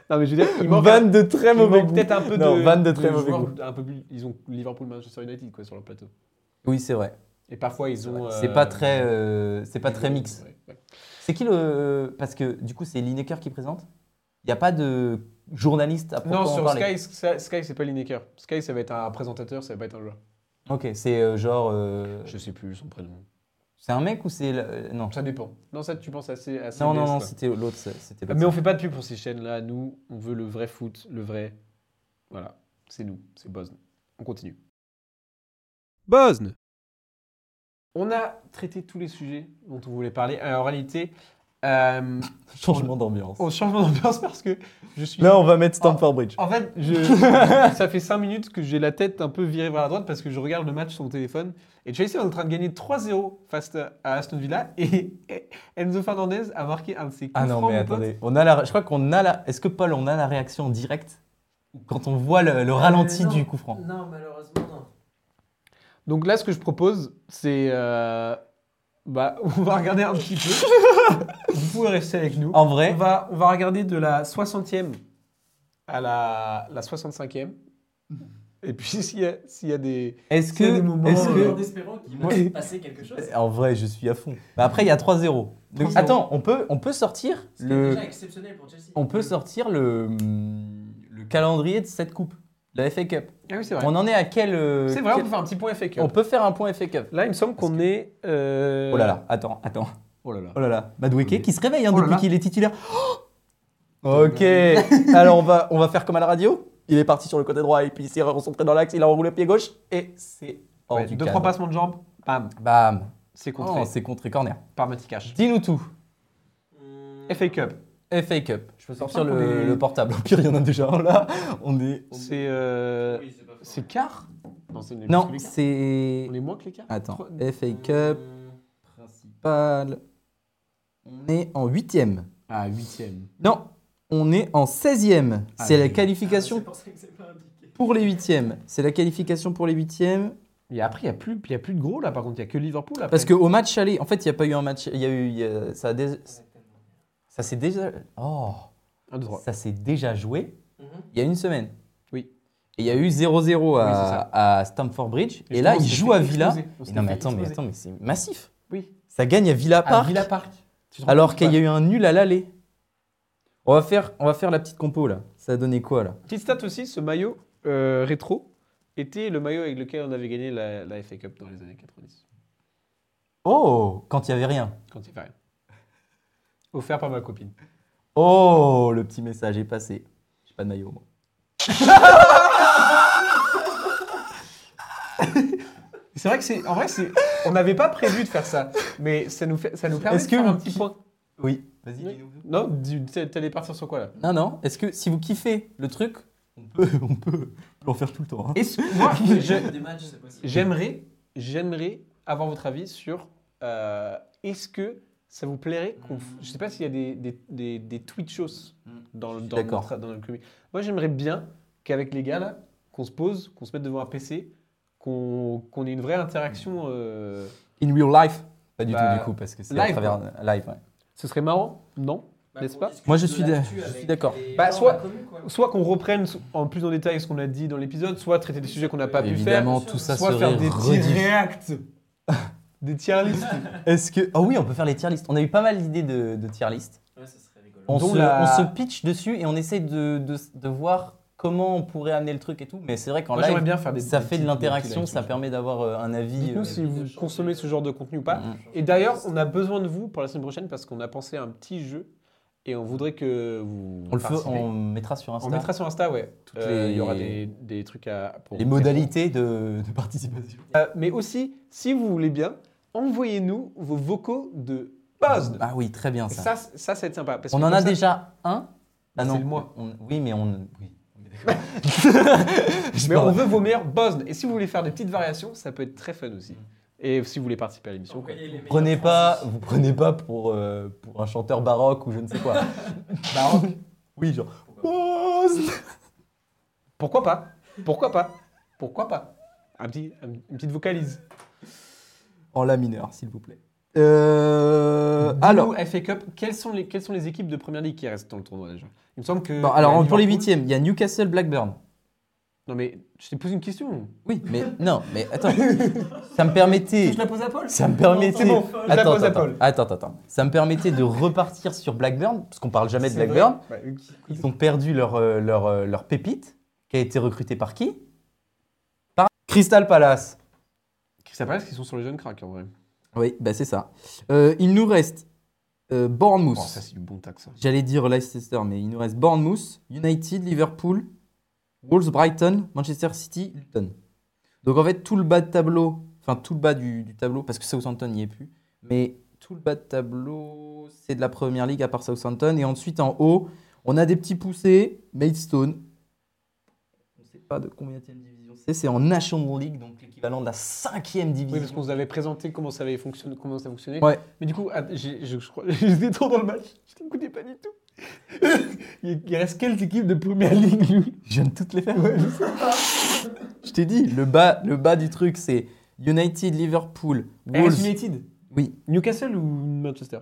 [SPEAKER 5] Non, mais je veux dire, il manque un-
[SPEAKER 6] Vanne de très
[SPEAKER 5] il manque
[SPEAKER 6] mauvais goût.
[SPEAKER 5] peut-être un peu
[SPEAKER 6] Non,
[SPEAKER 5] de.
[SPEAKER 6] vanne de très mauvais
[SPEAKER 5] joueurs
[SPEAKER 6] goût.
[SPEAKER 5] Un peu plus, ils ont Liverpool, Manchester United quoi, sur leur plateau.
[SPEAKER 6] Oui, c'est vrai.
[SPEAKER 5] Et parfois, ils ont.
[SPEAKER 6] C'est
[SPEAKER 5] euh,
[SPEAKER 6] pas très, euh, c'est pas très mix.
[SPEAKER 5] Ouais, ouais.
[SPEAKER 6] C'est qui le, parce que du coup c'est Lineker qui présente. Il n'y a pas de journaliste à proprement
[SPEAKER 5] Non, sur
[SPEAKER 6] parler.
[SPEAKER 5] Sky, ça- Sky, c'est pas Lineker. Sky, ça va être un présentateur, ça va pas être un joueur.
[SPEAKER 6] Ok, c'est euh, genre, euh,
[SPEAKER 5] Je sais plus son prénom.
[SPEAKER 6] c'est un mec ou c'est la- euh, non.
[SPEAKER 5] Ça dépend. Non, ça, tu penses assez à
[SPEAKER 6] Non, non,
[SPEAKER 5] CBS,
[SPEAKER 6] non,
[SPEAKER 5] toi.
[SPEAKER 6] c'était l'autre, c'était
[SPEAKER 5] Ah,
[SPEAKER 6] l'autre.
[SPEAKER 5] Mais on fait pas de pub pour ces chaînes-là. Nous, on veut le vrai foot, le vrai. Voilà, c'est nous, c'est Bosn. On continue. Bosn On a traité tous les sujets dont on voulait parler. Euh, en réalité, euh,
[SPEAKER 6] Changement d'ambiance.
[SPEAKER 5] on Ah, change d'ambiance parce que je suis.
[SPEAKER 6] Là, on va mettre
[SPEAKER 5] Stamford
[SPEAKER 6] Stamford Bridge.
[SPEAKER 5] En fait, je- ça fait 5 minutes que j'ai la tête un peu virée vers la droite parce que je regarde le match sur mon téléphone. Et Chelsea est en train de gagner 3-0 face à Aston Villa. Et Enzo Fernandez a marqué un de ses coups
[SPEAKER 6] Ah non,
[SPEAKER 5] francs,
[SPEAKER 6] mais
[SPEAKER 5] mon pote.
[SPEAKER 6] attendez, on a la, je crois qu'on a la, est-ce que Paul, on a la réaction directe quand on voit le, le ralenti
[SPEAKER 8] Euh, non.
[SPEAKER 6] du coup franc
[SPEAKER 8] Non, malheureusement, non.
[SPEAKER 5] Donc là, ce que je propose, c'est. euh, bah, on va regarder un petit peu. Vous pouvez rester avec nous.
[SPEAKER 6] En
[SPEAKER 5] On
[SPEAKER 6] vrai,
[SPEAKER 5] va, on va regarder de la 60e à la, la 65e.
[SPEAKER 6] Mhm.
[SPEAKER 5] Et puis, s'il y, a- s'il y a des.
[SPEAKER 6] est-ce que,
[SPEAKER 5] s'il y a des moments, euh,
[SPEAKER 6] est-ce
[SPEAKER 8] En-
[SPEAKER 6] que,
[SPEAKER 8] En espérant qu'il va
[SPEAKER 6] Ouais.
[SPEAKER 8] se passer quelque chose.
[SPEAKER 6] En vrai, je suis à fond. Bah après, il y a 3-0. Donc,
[SPEAKER 5] 3-0.
[SPEAKER 6] attends, on peut, on peut sortir
[SPEAKER 8] C'est
[SPEAKER 6] le,
[SPEAKER 8] déjà exceptionnel pour Chelsea.
[SPEAKER 6] on peut sortir le, hmm, le calendrier de cette coupe, la FA Cup.
[SPEAKER 5] Ah oui, c'est vrai.
[SPEAKER 6] On en est à quel euh,
[SPEAKER 5] C'est vrai, on
[SPEAKER 6] quel-
[SPEAKER 5] peut faire un petit point FAQ.
[SPEAKER 6] on peut faire un point FA Cup.
[SPEAKER 5] Là, il me semble qu'on est. euh,
[SPEAKER 6] Oh là là, attends, attends.
[SPEAKER 5] Oh là là.
[SPEAKER 6] Oh là là, Madweke qui se réveille hein,
[SPEAKER 5] Oh là
[SPEAKER 6] depuis
[SPEAKER 5] là.
[SPEAKER 6] qu'il est titulaire. Oh ok, alors on va, on va faire comme à la radio. Il est parti sur le côté droit et puis il s'est recentré dans l'axe, il a enroulé le pied gauche et c'est hors
[SPEAKER 5] Ouais,
[SPEAKER 6] du
[SPEAKER 5] deux,
[SPEAKER 6] cadre.
[SPEAKER 5] trois passements de jambes. Bam.
[SPEAKER 6] Bam,
[SPEAKER 5] C'est contré
[SPEAKER 6] Oh, c'est contré corner.
[SPEAKER 5] par Matikash.
[SPEAKER 6] Dis-nous tout.
[SPEAKER 8] Hmm.
[SPEAKER 5] FA Cup.
[SPEAKER 6] FA Cup. Je peux sortir
[SPEAKER 5] pas qu'on
[SPEAKER 6] le,
[SPEAKER 5] est-
[SPEAKER 6] le portable. Au pire, il y en a déjà un là. On est.
[SPEAKER 5] C'est. euh,
[SPEAKER 8] Oui, c'est pas faux.
[SPEAKER 5] C'est quart Non, c'est
[SPEAKER 6] Non, Ah.
[SPEAKER 5] plus que les quarts.
[SPEAKER 6] c'est.
[SPEAKER 5] On est moins que les quarts
[SPEAKER 6] Attends.
[SPEAKER 5] Trois-
[SPEAKER 6] FA Cup,
[SPEAKER 8] Hmm.
[SPEAKER 7] Principe.
[SPEAKER 6] pal. On est en huitième.
[SPEAKER 5] Ah, huitième.
[SPEAKER 6] Non, on est en 16e.
[SPEAKER 5] Ah,
[SPEAKER 6] C'est la
[SPEAKER 5] oui.
[SPEAKER 8] C'est
[SPEAKER 6] qualification
[SPEAKER 8] pour ça que c'est pas indiqué.
[SPEAKER 6] pour les huitièmes. C'est la qualification pour les huitièmes.
[SPEAKER 5] Et après, il n'y a, plus- il y a plus de gros là, par contre, il n'y a que Liverpool. Après.
[SPEAKER 6] Parce qu'au match aller, en fait, il n'y a pas eu un match. Il y a eu. il y a- ça a dé- ça s'est déjà. Oh,
[SPEAKER 5] Un, deux, trois.
[SPEAKER 6] ça s'est déjà joué
[SPEAKER 8] Mhm.
[SPEAKER 6] il y a une semaine.
[SPEAKER 5] Oui.
[SPEAKER 6] Et il y a eu 0-0
[SPEAKER 5] Oui, c'est ça.
[SPEAKER 6] à, à Stamford Bridge. Et, là,
[SPEAKER 5] justement, on
[SPEAKER 6] ils
[SPEAKER 5] s'était
[SPEAKER 6] jouent à
[SPEAKER 5] fait
[SPEAKER 6] Villa.
[SPEAKER 5] exploser. On
[SPEAKER 6] Et
[SPEAKER 5] s'était
[SPEAKER 6] non, mais
[SPEAKER 5] fait
[SPEAKER 6] attends, mais
[SPEAKER 5] exploser.
[SPEAKER 6] attends, mais c'est massif.
[SPEAKER 5] Oui.
[SPEAKER 6] Ça gagne à Villa
[SPEAKER 5] À
[SPEAKER 6] Park,
[SPEAKER 5] Villa Park. Tu te rends
[SPEAKER 6] alors
[SPEAKER 5] compte
[SPEAKER 6] qu'il
[SPEAKER 5] ou
[SPEAKER 6] y a eu un nul à l'aller. On va faire, on va faire la petite compo là. Ça a donné quoi là
[SPEAKER 5] pas Petite stat aussi, ce maillot euh, rétro était le maillot avec lequel on avait gagné la, la FA Cup dans les années 90.
[SPEAKER 6] Oh, quand il y avait rien.
[SPEAKER 5] Quand il fait rien. Offert par ma copine.
[SPEAKER 6] Oh, le petit message est passé. J'ai pas de maillot moi.
[SPEAKER 5] C'est vrai que c'est. En vrai, c'est. On n'avait pas prévu de faire ça, mais ça nous, fait, ça nous permet
[SPEAKER 6] Est-ce
[SPEAKER 5] de
[SPEAKER 6] que
[SPEAKER 5] faire un
[SPEAKER 6] vous-
[SPEAKER 5] petit point.
[SPEAKER 6] Oui. Vas-y.
[SPEAKER 5] Oui.
[SPEAKER 6] dis-nous.
[SPEAKER 5] Non, du- t'es- t'allais partir sur quoi là
[SPEAKER 6] Non, non. Est-ce que si vous kiffez le truc, on peut, on peut en faire tout le temps. hein.
[SPEAKER 5] Est-ce- Moi, je-
[SPEAKER 8] Des matchs, c'est possible.
[SPEAKER 5] J'aimerais, j'aimerais avoir votre avis sur euh, est-ce que ça vous plairait qu'on. f- Je sais pas s'il y a des, des, des, des Twitch shows dans, le- dans,
[SPEAKER 6] d'accord.
[SPEAKER 5] notre, dans notre communauté. Moi, j'aimerais bien qu'avec les gars, là, qu'on se pose, qu'on se mette devant un PC, qu'on qu'on ait une vraie interaction. euh,
[SPEAKER 6] In real life. Pas du
[SPEAKER 5] Bah,
[SPEAKER 6] tout du coup parce que c'est à
[SPEAKER 5] live,
[SPEAKER 6] travers live. ouais.
[SPEAKER 5] Ce serait marrant, non
[SPEAKER 8] Bah,
[SPEAKER 5] n'est-ce
[SPEAKER 8] qu'on
[SPEAKER 5] pas
[SPEAKER 8] discute
[SPEAKER 6] Moi, je
[SPEAKER 8] de
[SPEAKER 6] suis d'a-
[SPEAKER 8] l'actu
[SPEAKER 6] je suis
[SPEAKER 8] avec
[SPEAKER 6] d'accord.
[SPEAKER 8] les
[SPEAKER 5] Bah,
[SPEAKER 8] gens
[SPEAKER 5] soit-
[SPEAKER 8] de la commune, quoi.
[SPEAKER 5] Soit qu'on reprenne en plus en détail ce qu'on a dit dans l'épisode, soit traiter des sujets qu'on n'a pas
[SPEAKER 6] Évidemment,
[SPEAKER 8] bien sûr.
[SPEAKER 6] tout ça
[SPEAKER 5] pu faire, soit
[SPEAKER 6] serait
[SPEAKER 5] faire des petits
[SPEAKER 6] rediff.
[SPEAKER 5] réacts, des tier lists.
[SPEAKER 6] Est-ce que. Oh oui, on peut faire les tier lists. On a eu pas mal d'idées de, de tier list.
[SPEAKER 8] Ouais, ça serait rigolo.
[SPEAKER 6] On,
[SPEAKER 5] Dont
[SPEAKER 6] se,
[SPEAKER 5] la-
[SPEAKER 6] on se pitch dessus et on essaye de, de, de voir comment on pourrait amener le truc et tout. Mais c'est vrai qu'en
[SPEAKER 5] Moi, j'aimerais
[SPEAKER 6] live,
[SPEAKER 5] bien faire des
[SPEAKER 6] ça
[SPEAKER 5] des
[SPEAKER 6] fait
[SPEAKER 5] petites-
[SPEAKER 6] de
[SPEAKER 5] des
[SPEAKER 6] l'interaction,
[SPEAKER 5] petites
[SPEAKER 6] ça permet d'avoir euh, un avis.
[SPEAKER 5] Dites-nous
[SPEAKER 6] euh,
[SPEAKER 5] si vous
[SPEAKER 8] de changer,
[SPEAKER 5] consommez ce genre de contenu ou pas.
[SPEAKER 6] Mhm.
[SPEAKER 5] Et d'ailleurs, on a besoin de vous pour la semaine prochaine parce qu'on a pensé à un petit jeu Et on voudrait que vous.
[SPEAKER 6] On le fait,
[SPEAKER 5] participiez.
[SPEAKER 6] on mettra sur
[SPEAKER 5] On
[SPEAKER 6] Insta
[SPEAKER 5] mettra sur Insta, ouais.
[SPEAKER 6] Toutes
[SPEAKER 5] Euh, Il y aura
[SPEAKER 6] les-
[SPEAKER 5] des, des trucs à. pour-
[SPEAKER 6] les modalités de, de participation.
[SPEAKER 5] Euh, mais aussi, si vous voulez bien, envoyez-nous vos vocaux de buzz.
[SPEAKER 6] Ah oui, très bien
[SPEAKER 5] Et
[SPEAKER 6] ça.
[SPEAKER 5] ça, c- ça, ça va être sympa. parce
[SPEAKER 6] on
[SPEAKER 5] que
[SPEAKER 6] en a
[SPEAKER 5] comme ça-
[SPEAKER 6] déjà un. Ah
[SPEAKER 5] C'est
[SPEAKER 6] non.
[SPEAKER 5] le mois.
[SPEAKER 6] on- oui, mais on. Oui. on est d'accord. Je
[SPEAKER 5] Mais on
[SPEAKER 6] parle-
[SPEAKER 5] veut vos meilleurs buzz. Et si vous voulez faire des petites variations, ça peut être très fun aussi. Et si vous voulez participer à l'émission. quoi.
[SPEAKER 8] Envoyez les meilleurs
[SPEAKER 6] Prenez pas,
[SPEAKER 8] transitions.
[SPEAKER 6] vous prenez pas pour, euh, pour un chanteur baroque ou je ne sais quoi. baroque Oui, genre. Buzz
[SPEAKER 5] Pourquoi pas Pourquoi pas Pourquoi pas Un petit, un- une petite vocalise.
[SPEAKER 6] En la mineure, s'il vous plaît. Euh, alors,
[SPEAKER 5] Dis-nous, FA Cup, quelles sont, les, quelles sont les équipes de première ligue qui restent dans le tournoi déjà Il me semble que.
[SPEAKER 6] bon, alors
[SPEAKER 5] il y a
[SPEAKER 6] pour les
[SPEAKER 5] Liverpool.
[SPEAKER 6] huitièmes, il y a Newcastle Blackburn.
[SPEAKER 5] Non mais je t'ai posé une question.
[SPEAKER 6] Oui, mais non, mais attends. ça me permettait.
[SPEAKER 8] Je la pose à Paul
[SPEAKER 6] Ça me permettait.
[SPEAKER 5] C'est bon, je la
[SPEAKER 6] attends,
[SPEAKER 5] pose à
[SPEAKER 6] attends,
[SPEAKER 5] Paul.
[SPEAKER 6] attends, attends, attends. Ça me permettait de repartir sur Blackburn, parce qu'on parle jamais de Blackburn. Ils ont perdu leur, euh, leur, euh, leur pépite, qui a été recrutée par qui Par Crystal Palace.
[SPEAKER 5] Qui s'appelle qu'ils sont sur les jeunes cracks en vrai.
[SPEAKER 6] Oui, bah c'est ça. Euh, il nous reste euh, Bournemouth.
[SPEAKER 5] Oh, ça c'est du bon taxe. ça.
[SPEAKER 6] J'allais dire Leicester, mais il nous reste Bournemouth, United, Liverpool, Wolves, Brighton, Manchester City, Luton. Donc en fait, tout le bas de tableau, enfin tout le bas du, du tableau, parce que Southampton n'y est plus, mais tout le bas de tableau, c'est de la première ligue à part Southampton. Et ensuite en haut, on a des petits poussés, Maidstone. On ne sait pas de combien division c'est, c'est en National League, donc l'équivalent de la cinquième division.
[SPEAKER 5] Oui, parce qu'on vous avait présenté comment ça avait fonctionné, comment ça fonctionnait.
[SPEAKER 6] Ouais.
[SPEAKER 5] Mais du coup, ah, j'ai- je, je crois, j'étais trop dans le match. Je t'écoutais pas du tout. il, il reste quelles équipes de première ligue lui
[SPEAKER 6] Je viens de toutes les faire. je t'ai dit, le bas, le bas du truc, c'est United, Liverpool, Wolves.
[SPEAKER 5] RS United.
[SPEAKER 6] Oui,
[SPEAKER 5] Newcastle ou Manchester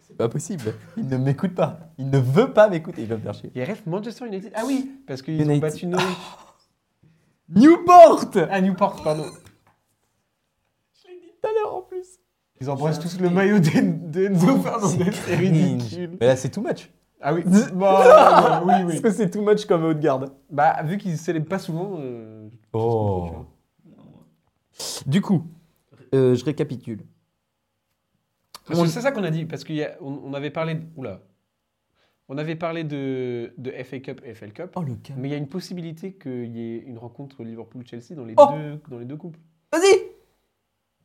[SPEAKER 6] c'est pas possible. Il ne m'écoute pas. Il ne veut pas m'écouter. Il va me faire chier.
[SPEAKER 5] Il reste Manchester United. Ah oui, parce qu'ils ont
[SPEAKER 6] United.
[SPEAKER 5] battu Norwich.
[SPEAKER 6] Newport
[SPEAKER 5] Ah, Newport, pardon.
[SPEAKER 6] Tout à l'heure en plus.
[SPEAKER 5] Ils embrassent tous le maillot d'En-
[SPEAKER 6] Oh,
[SPEAKER 5] d'Enzo Fernandez. C'est ridicule.
[SPEAKER 6] Mais là, c'est too much.
[SPEAKER 5] Ah oui. Bah, oui, oui.
[SPEAKER 6] Est-ce que c'est too much comme haute garde
[SPEAKER 5] Bah, vu qu'ils ne célèbrent pas souvent. euh,
[SPEAKER 6] Oh. Du coup, euh, je récapitule.
[SPEAKER 5] Parce que
[SPEAKER 6] On-
[SPEAKER 5] c'est ça qu'on a dit, parce qu'on on avait parlé. de- Oula. On avait parlé de, de FA Cup et FL Cup,
[SPEAKER 6] Oh le cas.
[SPEAKER 5] mais il y a une possibilité qu'il y ait une rencontre Liverpool-Chelsea dans, les
[SPEAKER 6] Oh
[SPEAKER 5] deux dans les deux coupes.
[SPEAKER 6] Vas-y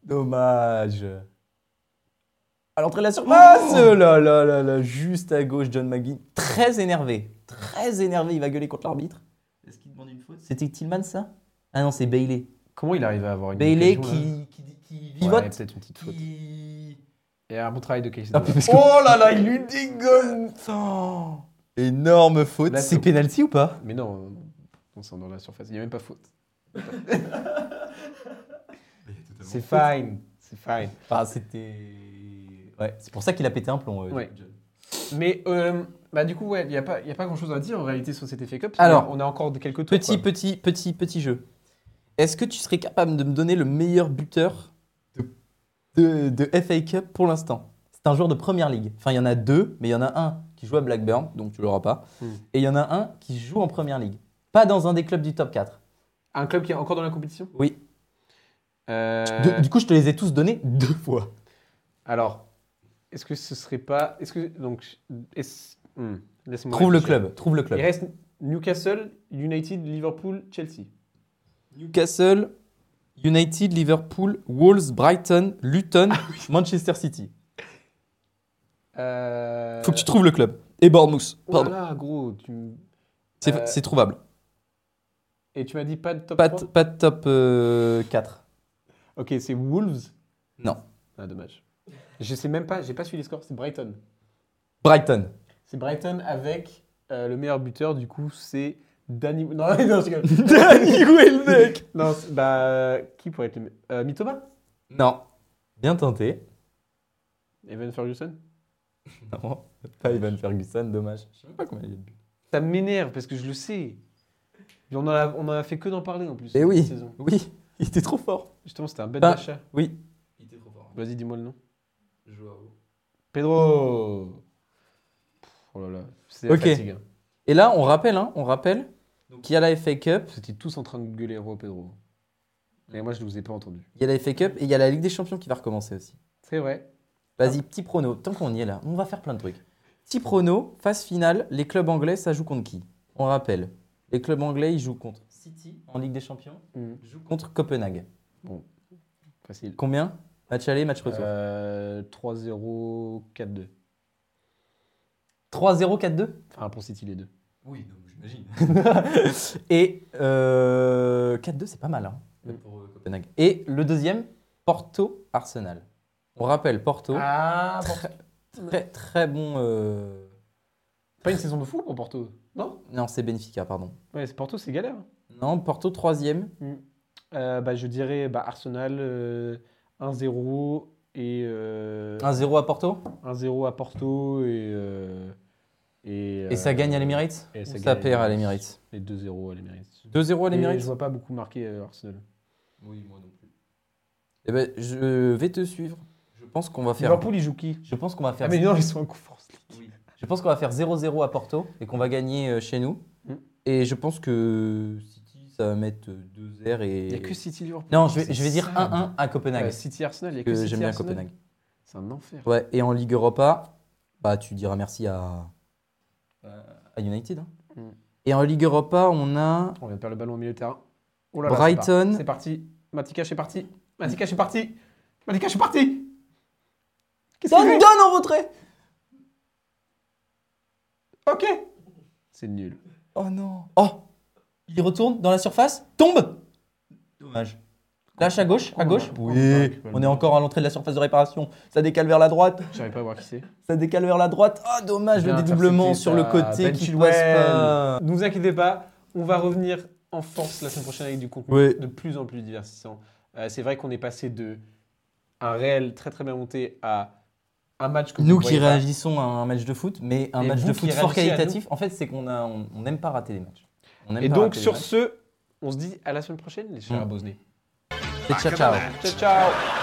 [SPEAKER 6] Dommage. À l'entrée de la surface oh là là là là, juste à gauche, John McGinn. Très énervé. Très énervé, il va gueuler contre l'arbitre.
[SPEAKER 7] Est-ce qu'il demande une faute
[SPEAKER 6] C'était Tillman ça Ah non, c'est Bailey.
[SPEAKER 5] Comment il arrive à avoir une
[SPEAKER 6] Bailey
[SPEAKER 5] occasion, là
[SPEAKER 6] qui, qui, qui
[SPEAKER 5] Ouais,
[SPEAKER 6] vivote.
[SPEAKER 5] peut-être une petite faute.
[SPEAKER 6] qui-
[SPEAKER 5] Et un bon travail de Casey.
[SPEAKER 6] Ah, parce que- Oh là là, il lui dégueule Oh, Énorme faute.
[SPEAKER 5] Là,
[SPEAKER 6] C'est
[SPEAKER 5] c'est-
[SPEAKER 6] penalty ou pas
[SPEAKER 5] Mais non, euh, on s'en dans la surface. Il n'y a même pas faute. C'est fine. C'est fine.
[SPEAKER 6] Enfin, c'était. Ouais, c'est pour ça qu'il a pété un plomb. euh,
[SPEAKER 5] Ouais. Mais euh, bah, du coup, ouais, il n'y a pas, il y a pas grand-chose à dire en réalité sur cet FA Cup.
[SPEAKER 6] Alors,
[SPEAKER 5] on a encore de quelques tours.
[SPEAKER 6] Petit,
[SPEAKER 5] quoi.
[SPEAKER 6] petit, petit, petit jeu. Est-ce que tu serais capable de me donner le meilleur buteur de, de FA Cup pour l'instant C'est un joueur de première ligue. Enfin, il y en a deux, mais il y en a un qui joue à Blackburn, donc tu l'auras pas.
[SPEAKER 5] Hmm.
[SPEAKER 6] Et il y en a un qui joue en première ligue. Pas dans un des clubs du top 4.
[SPEAKER 5] Un club qui est encore dans la compétition
[SPEAKER 6] Oui.
[SPEAKER 5] Euh,
[SPEAKER 6] De- du coup, je te les ai tous donnés deux fois.
[SPEAKER 5] Alors, est-ce que ce serait pas. Est-ce que. Donc. est-ce- hmm, laisse-moi
[SPEAKER 6] Trouve le
[SPEAKER 5] réfléchir.
[SPEAKER 6] club. Trouve le
[SPEAKER 5] Il
[SPEAKER 6] club.
[SPEAKER 5] reste Newcastle, United, Liverpool, Chelsea.
[SPEAKER 6] Newcastle, United, Liverpool, Wolves, Brighton, Luton, Manchester City.
[SPEAKER 5] Euh...
[SPEAKER 6] Faut que tu trouves le club. Et Bournemouth.
[SPEAKER 5] Oh là
[SPEAKER 6] Pardon.
[SPEAKER 5] là, gros. tu m-
[SPEAKER 6] C'est
[SPEAKER 5] euh,
[SPEAKER 6] c'est trouvable.
[SPEAKER 5] Et tu m'as dit pas de top
[SPEAKER 6] Pas, de-
[SPEAKER 5] 3
[SPEAKER 6] pas de top euh, 4.
[SPEAKER 5] Ok, c'est Wolves.
[SPEAKER 6] Non.
[SPEAKER 5] Ah, dommage. Je sais même pas, j'ai pas suivi les scores, c'est Brighton.
[SPEAKER 6] Brighton.
[SPEAKER 5] C'est Brighton avec euh, le meilleur buteur, du coup, c'est Danny. Non, non, je rigole.
[SPEAKER 6] Danny Welbeck
[SPEAKER 5] non, c'est- bah. Qui pourrait être le. me- Euh, Mitoma
[SPEAKER 6] Non. Bien tenté.
[SPEAKER 5] Evan Ferguson
[SPEAKER 6] Non. Pas Ivan Ferguson, dommage. Je sais pas combien il y a de buts.
[SPEAKER 5] Ça m'énerve parce que je le sais. Mais On en a, on en a fait que d'en parler en plus.
[SPEAKER 6] Eh
[SPEAKER 5] cette
[SPEAKER 6] oui.
[SPEAKER 5] saison.
[SPEAKER 6] Oui, il était trop fort.
[SPEAKER 5] Justement, c'était un bête
[SPEAKER 6] Bah.
[SPEAKER 5] d'achat.
[SPEAKER 6] Oui.
[SPEAKER 7] Il était trop fort.
[SPEAKER 5] Vas-y, dis-moi le nom.
[SPEAKER 7] Joao.
[SPEAKER 5] Pedro. Pff, Oh là là, c'est
[SPEAKER 6] Ok.
[SPEAKER 5] la fatigue. hein.
[SPEAKER 6] Et là, on rappelle, hein, on rappelle qu'il y a la FA Cup,
[SPEAKER 5] Vous étiez tous en train de gueuler roi Pedro. Et moi, je ne vous ai pas entendu.
[SPEAKER 6] il y a la FA Cup et il y a la Ligue des Champions qui va recommencer aussi.
[SPEAKER 5] C'est vrai.
[SPEAKER 6] Vas-y, petit prono. Tant qu'on y est là, on va faire plein de trucs. Petit prono, phase finale, les clubs anglais, ça joue contre qui On rappelle, les clubs anglais, ils jouent contre City en Ligue des Champions,
[SPEAKER 5] Mhm.
[SPEAKER 6] ils jouent contre Copenhague.
[SPEAKER 5] Facile.
[SPEAKER 6] Combien Match aller, match retour
[SPEAKER 5] Euh, 3-0, 4-2.
[SPEAKER 6] 3-0, 4-2
[SPEAKER 5] Enfin, pour City, les deux.
[SPEAKER 7] Oui, donc j'imagine.
[SPEAKER 6] Et euh, 4-2, c'est pas mal. hein,
[SPEAKER 5] Mhm.
[SPEAKER 6] pour euh, Copenhague. Et le deuxième, Porto-Arsenal. On rappelle, Porto,
[SPEAKER 5] Ah,
[SPEAKER 6] très très bon... euh,
[SPEAKER 5] Pas une saison de fou pour Porto. Non
[SPEAKER 6] Non, c'est Benfica, pardon.
[SPEAKER 5] Ouais, c'est Porto, c'est galère.
[SPEAKER 6] Non, Porto troisième.
[SPEAKER 5] Euh, bah, je dirais bah, Arsenal euh, 1-0 et euh,
[SPEAKER 6] 1-0 à Porto.
[SPEAKER 5] 1-0 à Porto et. euh, et,
[SPEAKER 6] Et ça
[SPEAKER 5] euh,
[SPEAKER 6] gagne à l'Emirates
[SPEAKER 5] et
[SPEAKER 6] Ou
[SPEAKER 5] ça
[SPEAKER 6] ça,
[SPEAKER 5] gagne à
[SPEAKER 6] perd à
[SPEAKER 5] l'Emirates.
[SPEAKER 6] l'Emirates
[SPEAKER 5] Et 2-0 à l'Emirates.
[SPEAKER 6] 2-0 à
[SPEAKER 5] Et Je
[SPEAKER 6] l'Emirates
[SPEAKER 5] vois pas beaucoup marquer euh, Arsenal.
[SPEAKER 7] Oui, moi non plus.
[SPEAKER 6] Eh ben, je vais te suivre. Je pense qu'on va faire...
[SPEAKER 5] Liverpool, ils jouent qui
[SPEAKER 6] Je pense qu'on va
[SPEAKER 5] Ah,
[SPEAKER 6] faire...
[SPEAKER 5] mais non, ils sont en conférence.
[SPEAKER 7] Oui.
[SPEAKER 6] Je pense qu'on va faire 0-0 à Porto et qu'on va gagner euh, chez nous.
[SPEAKER 5] Mm.
[SPEAKER 6] Et je pense que City, ça va mettre 2-0 et...
[SPEAKER 5] Il n'y a que City Liverpool.
[SPEAKER 6] Non, je
[SPEAKER 5] C'est
[SPEAKER 6] vais, je vais dire
[SPEAKER 5] ça.
[SPEAKER 6] 1-1 à Copenhague.
[SPEAKER 5] Ouais, City Arsenal, il y a que,
[SPEAKER 6] parce que
[SPEAKER 5] City
[SPEAKER 6] j'aime bien
[SPEAKER 5] Arsenal.
[SPEAKER 6] Copenhague.
[SPEAKER 5] C'est un enfer.
[SPEAKER 6] Ouais, et en Ligue Europa, bah, tu diras merci à, à United. hein.
[SPEAKER 5] Euh. Mm.
[SPEAKER 6] Et en Ligue Europa, on a...
[SPEAKER 5] On vient de perdre le ballon au milieu de terrain. Oh
[SPEAKER 6] Brighton.
[SPEAKER 5] C'est parti. Matika, c'est parti. Matika, c'est parti. Matika, c'est parti. Qu'est-ce qu'il fait
[SPEAKER 6] donne en retrait
[SPEAKER 5] Ok. C'est nul.
[SPEAKER 6] Oh non. Oh Il retourne dans la surface, tombe Dommage. Lâche à gauche, à gauche. Oui, on est encore à l'entrée de la surface de réparation. Ça décale vers la droite,
[SPEAKER 5] J'arrive pas à voir qui c'est.
[SPEAKER 6] ça décale vers la droite. Oh, dommage, le
[SPEAKER 5] Bien
[SPEAKER 6] dédoublement
[SPEAKER 5] intercepté
[SPEAKER 6] sur le
[SPEAKER 5] par
[SPEAKER 6] côté
[SPEAKER 5] Ben
[SPEAKER 6] qui
[SPEAKER 5] Chilwell.
[SPEAKER 6] passe pas.
[SPEAKER 5] Ne vous inquiétez pas, on va revenir en force la semaine prochaine avec du contenu
[SPEAKER 6] Oui.
[SPEAKER 5] de plus en plus divertissant. Euh, c'est vrai qu'on est passé de un réel très très bien monté à un match que vous
[SPEAKER 6] Nous qui
[SPEAKER 5] voyez pas.
[SPEAKER 6] réagissons à un match de foot, mais un
[SPEAKER 5] Et
[SPEAKER 6] match
[SPEAKER 5] vous
[SPEAKER 6] de
[SPEAKER 5] qui
[SPEAKER 6] foot fort
[SPEAKER 5] réagissez à
[SPEAKER 6] qualitatif, en fait, c'est qu'on a- on on n'aime pas rater les matchs. On n'aime
[SPEAKER 5] Et
[SPEAKER 6] pas
[SPEAKER 5] donc
[SPEAKER 6] rater les
[SPEAKER 5] sur
[SPEAKER 6] matchs.
[SPEAKER 5] ce, on se dit à la semaine prochaine les chers
[SPEAKER 6] Mm.
[SPEAKER 5] abonnés.
[SPEAKER 6] Et
[SPEAKER 1] Back
[SPEAKER 6] ciao,
[SPEAKER 1] of the
[SPEAKER 6] ciao.
[SPEAKER 1] net.
[SPEAKER 5] Ciao ciao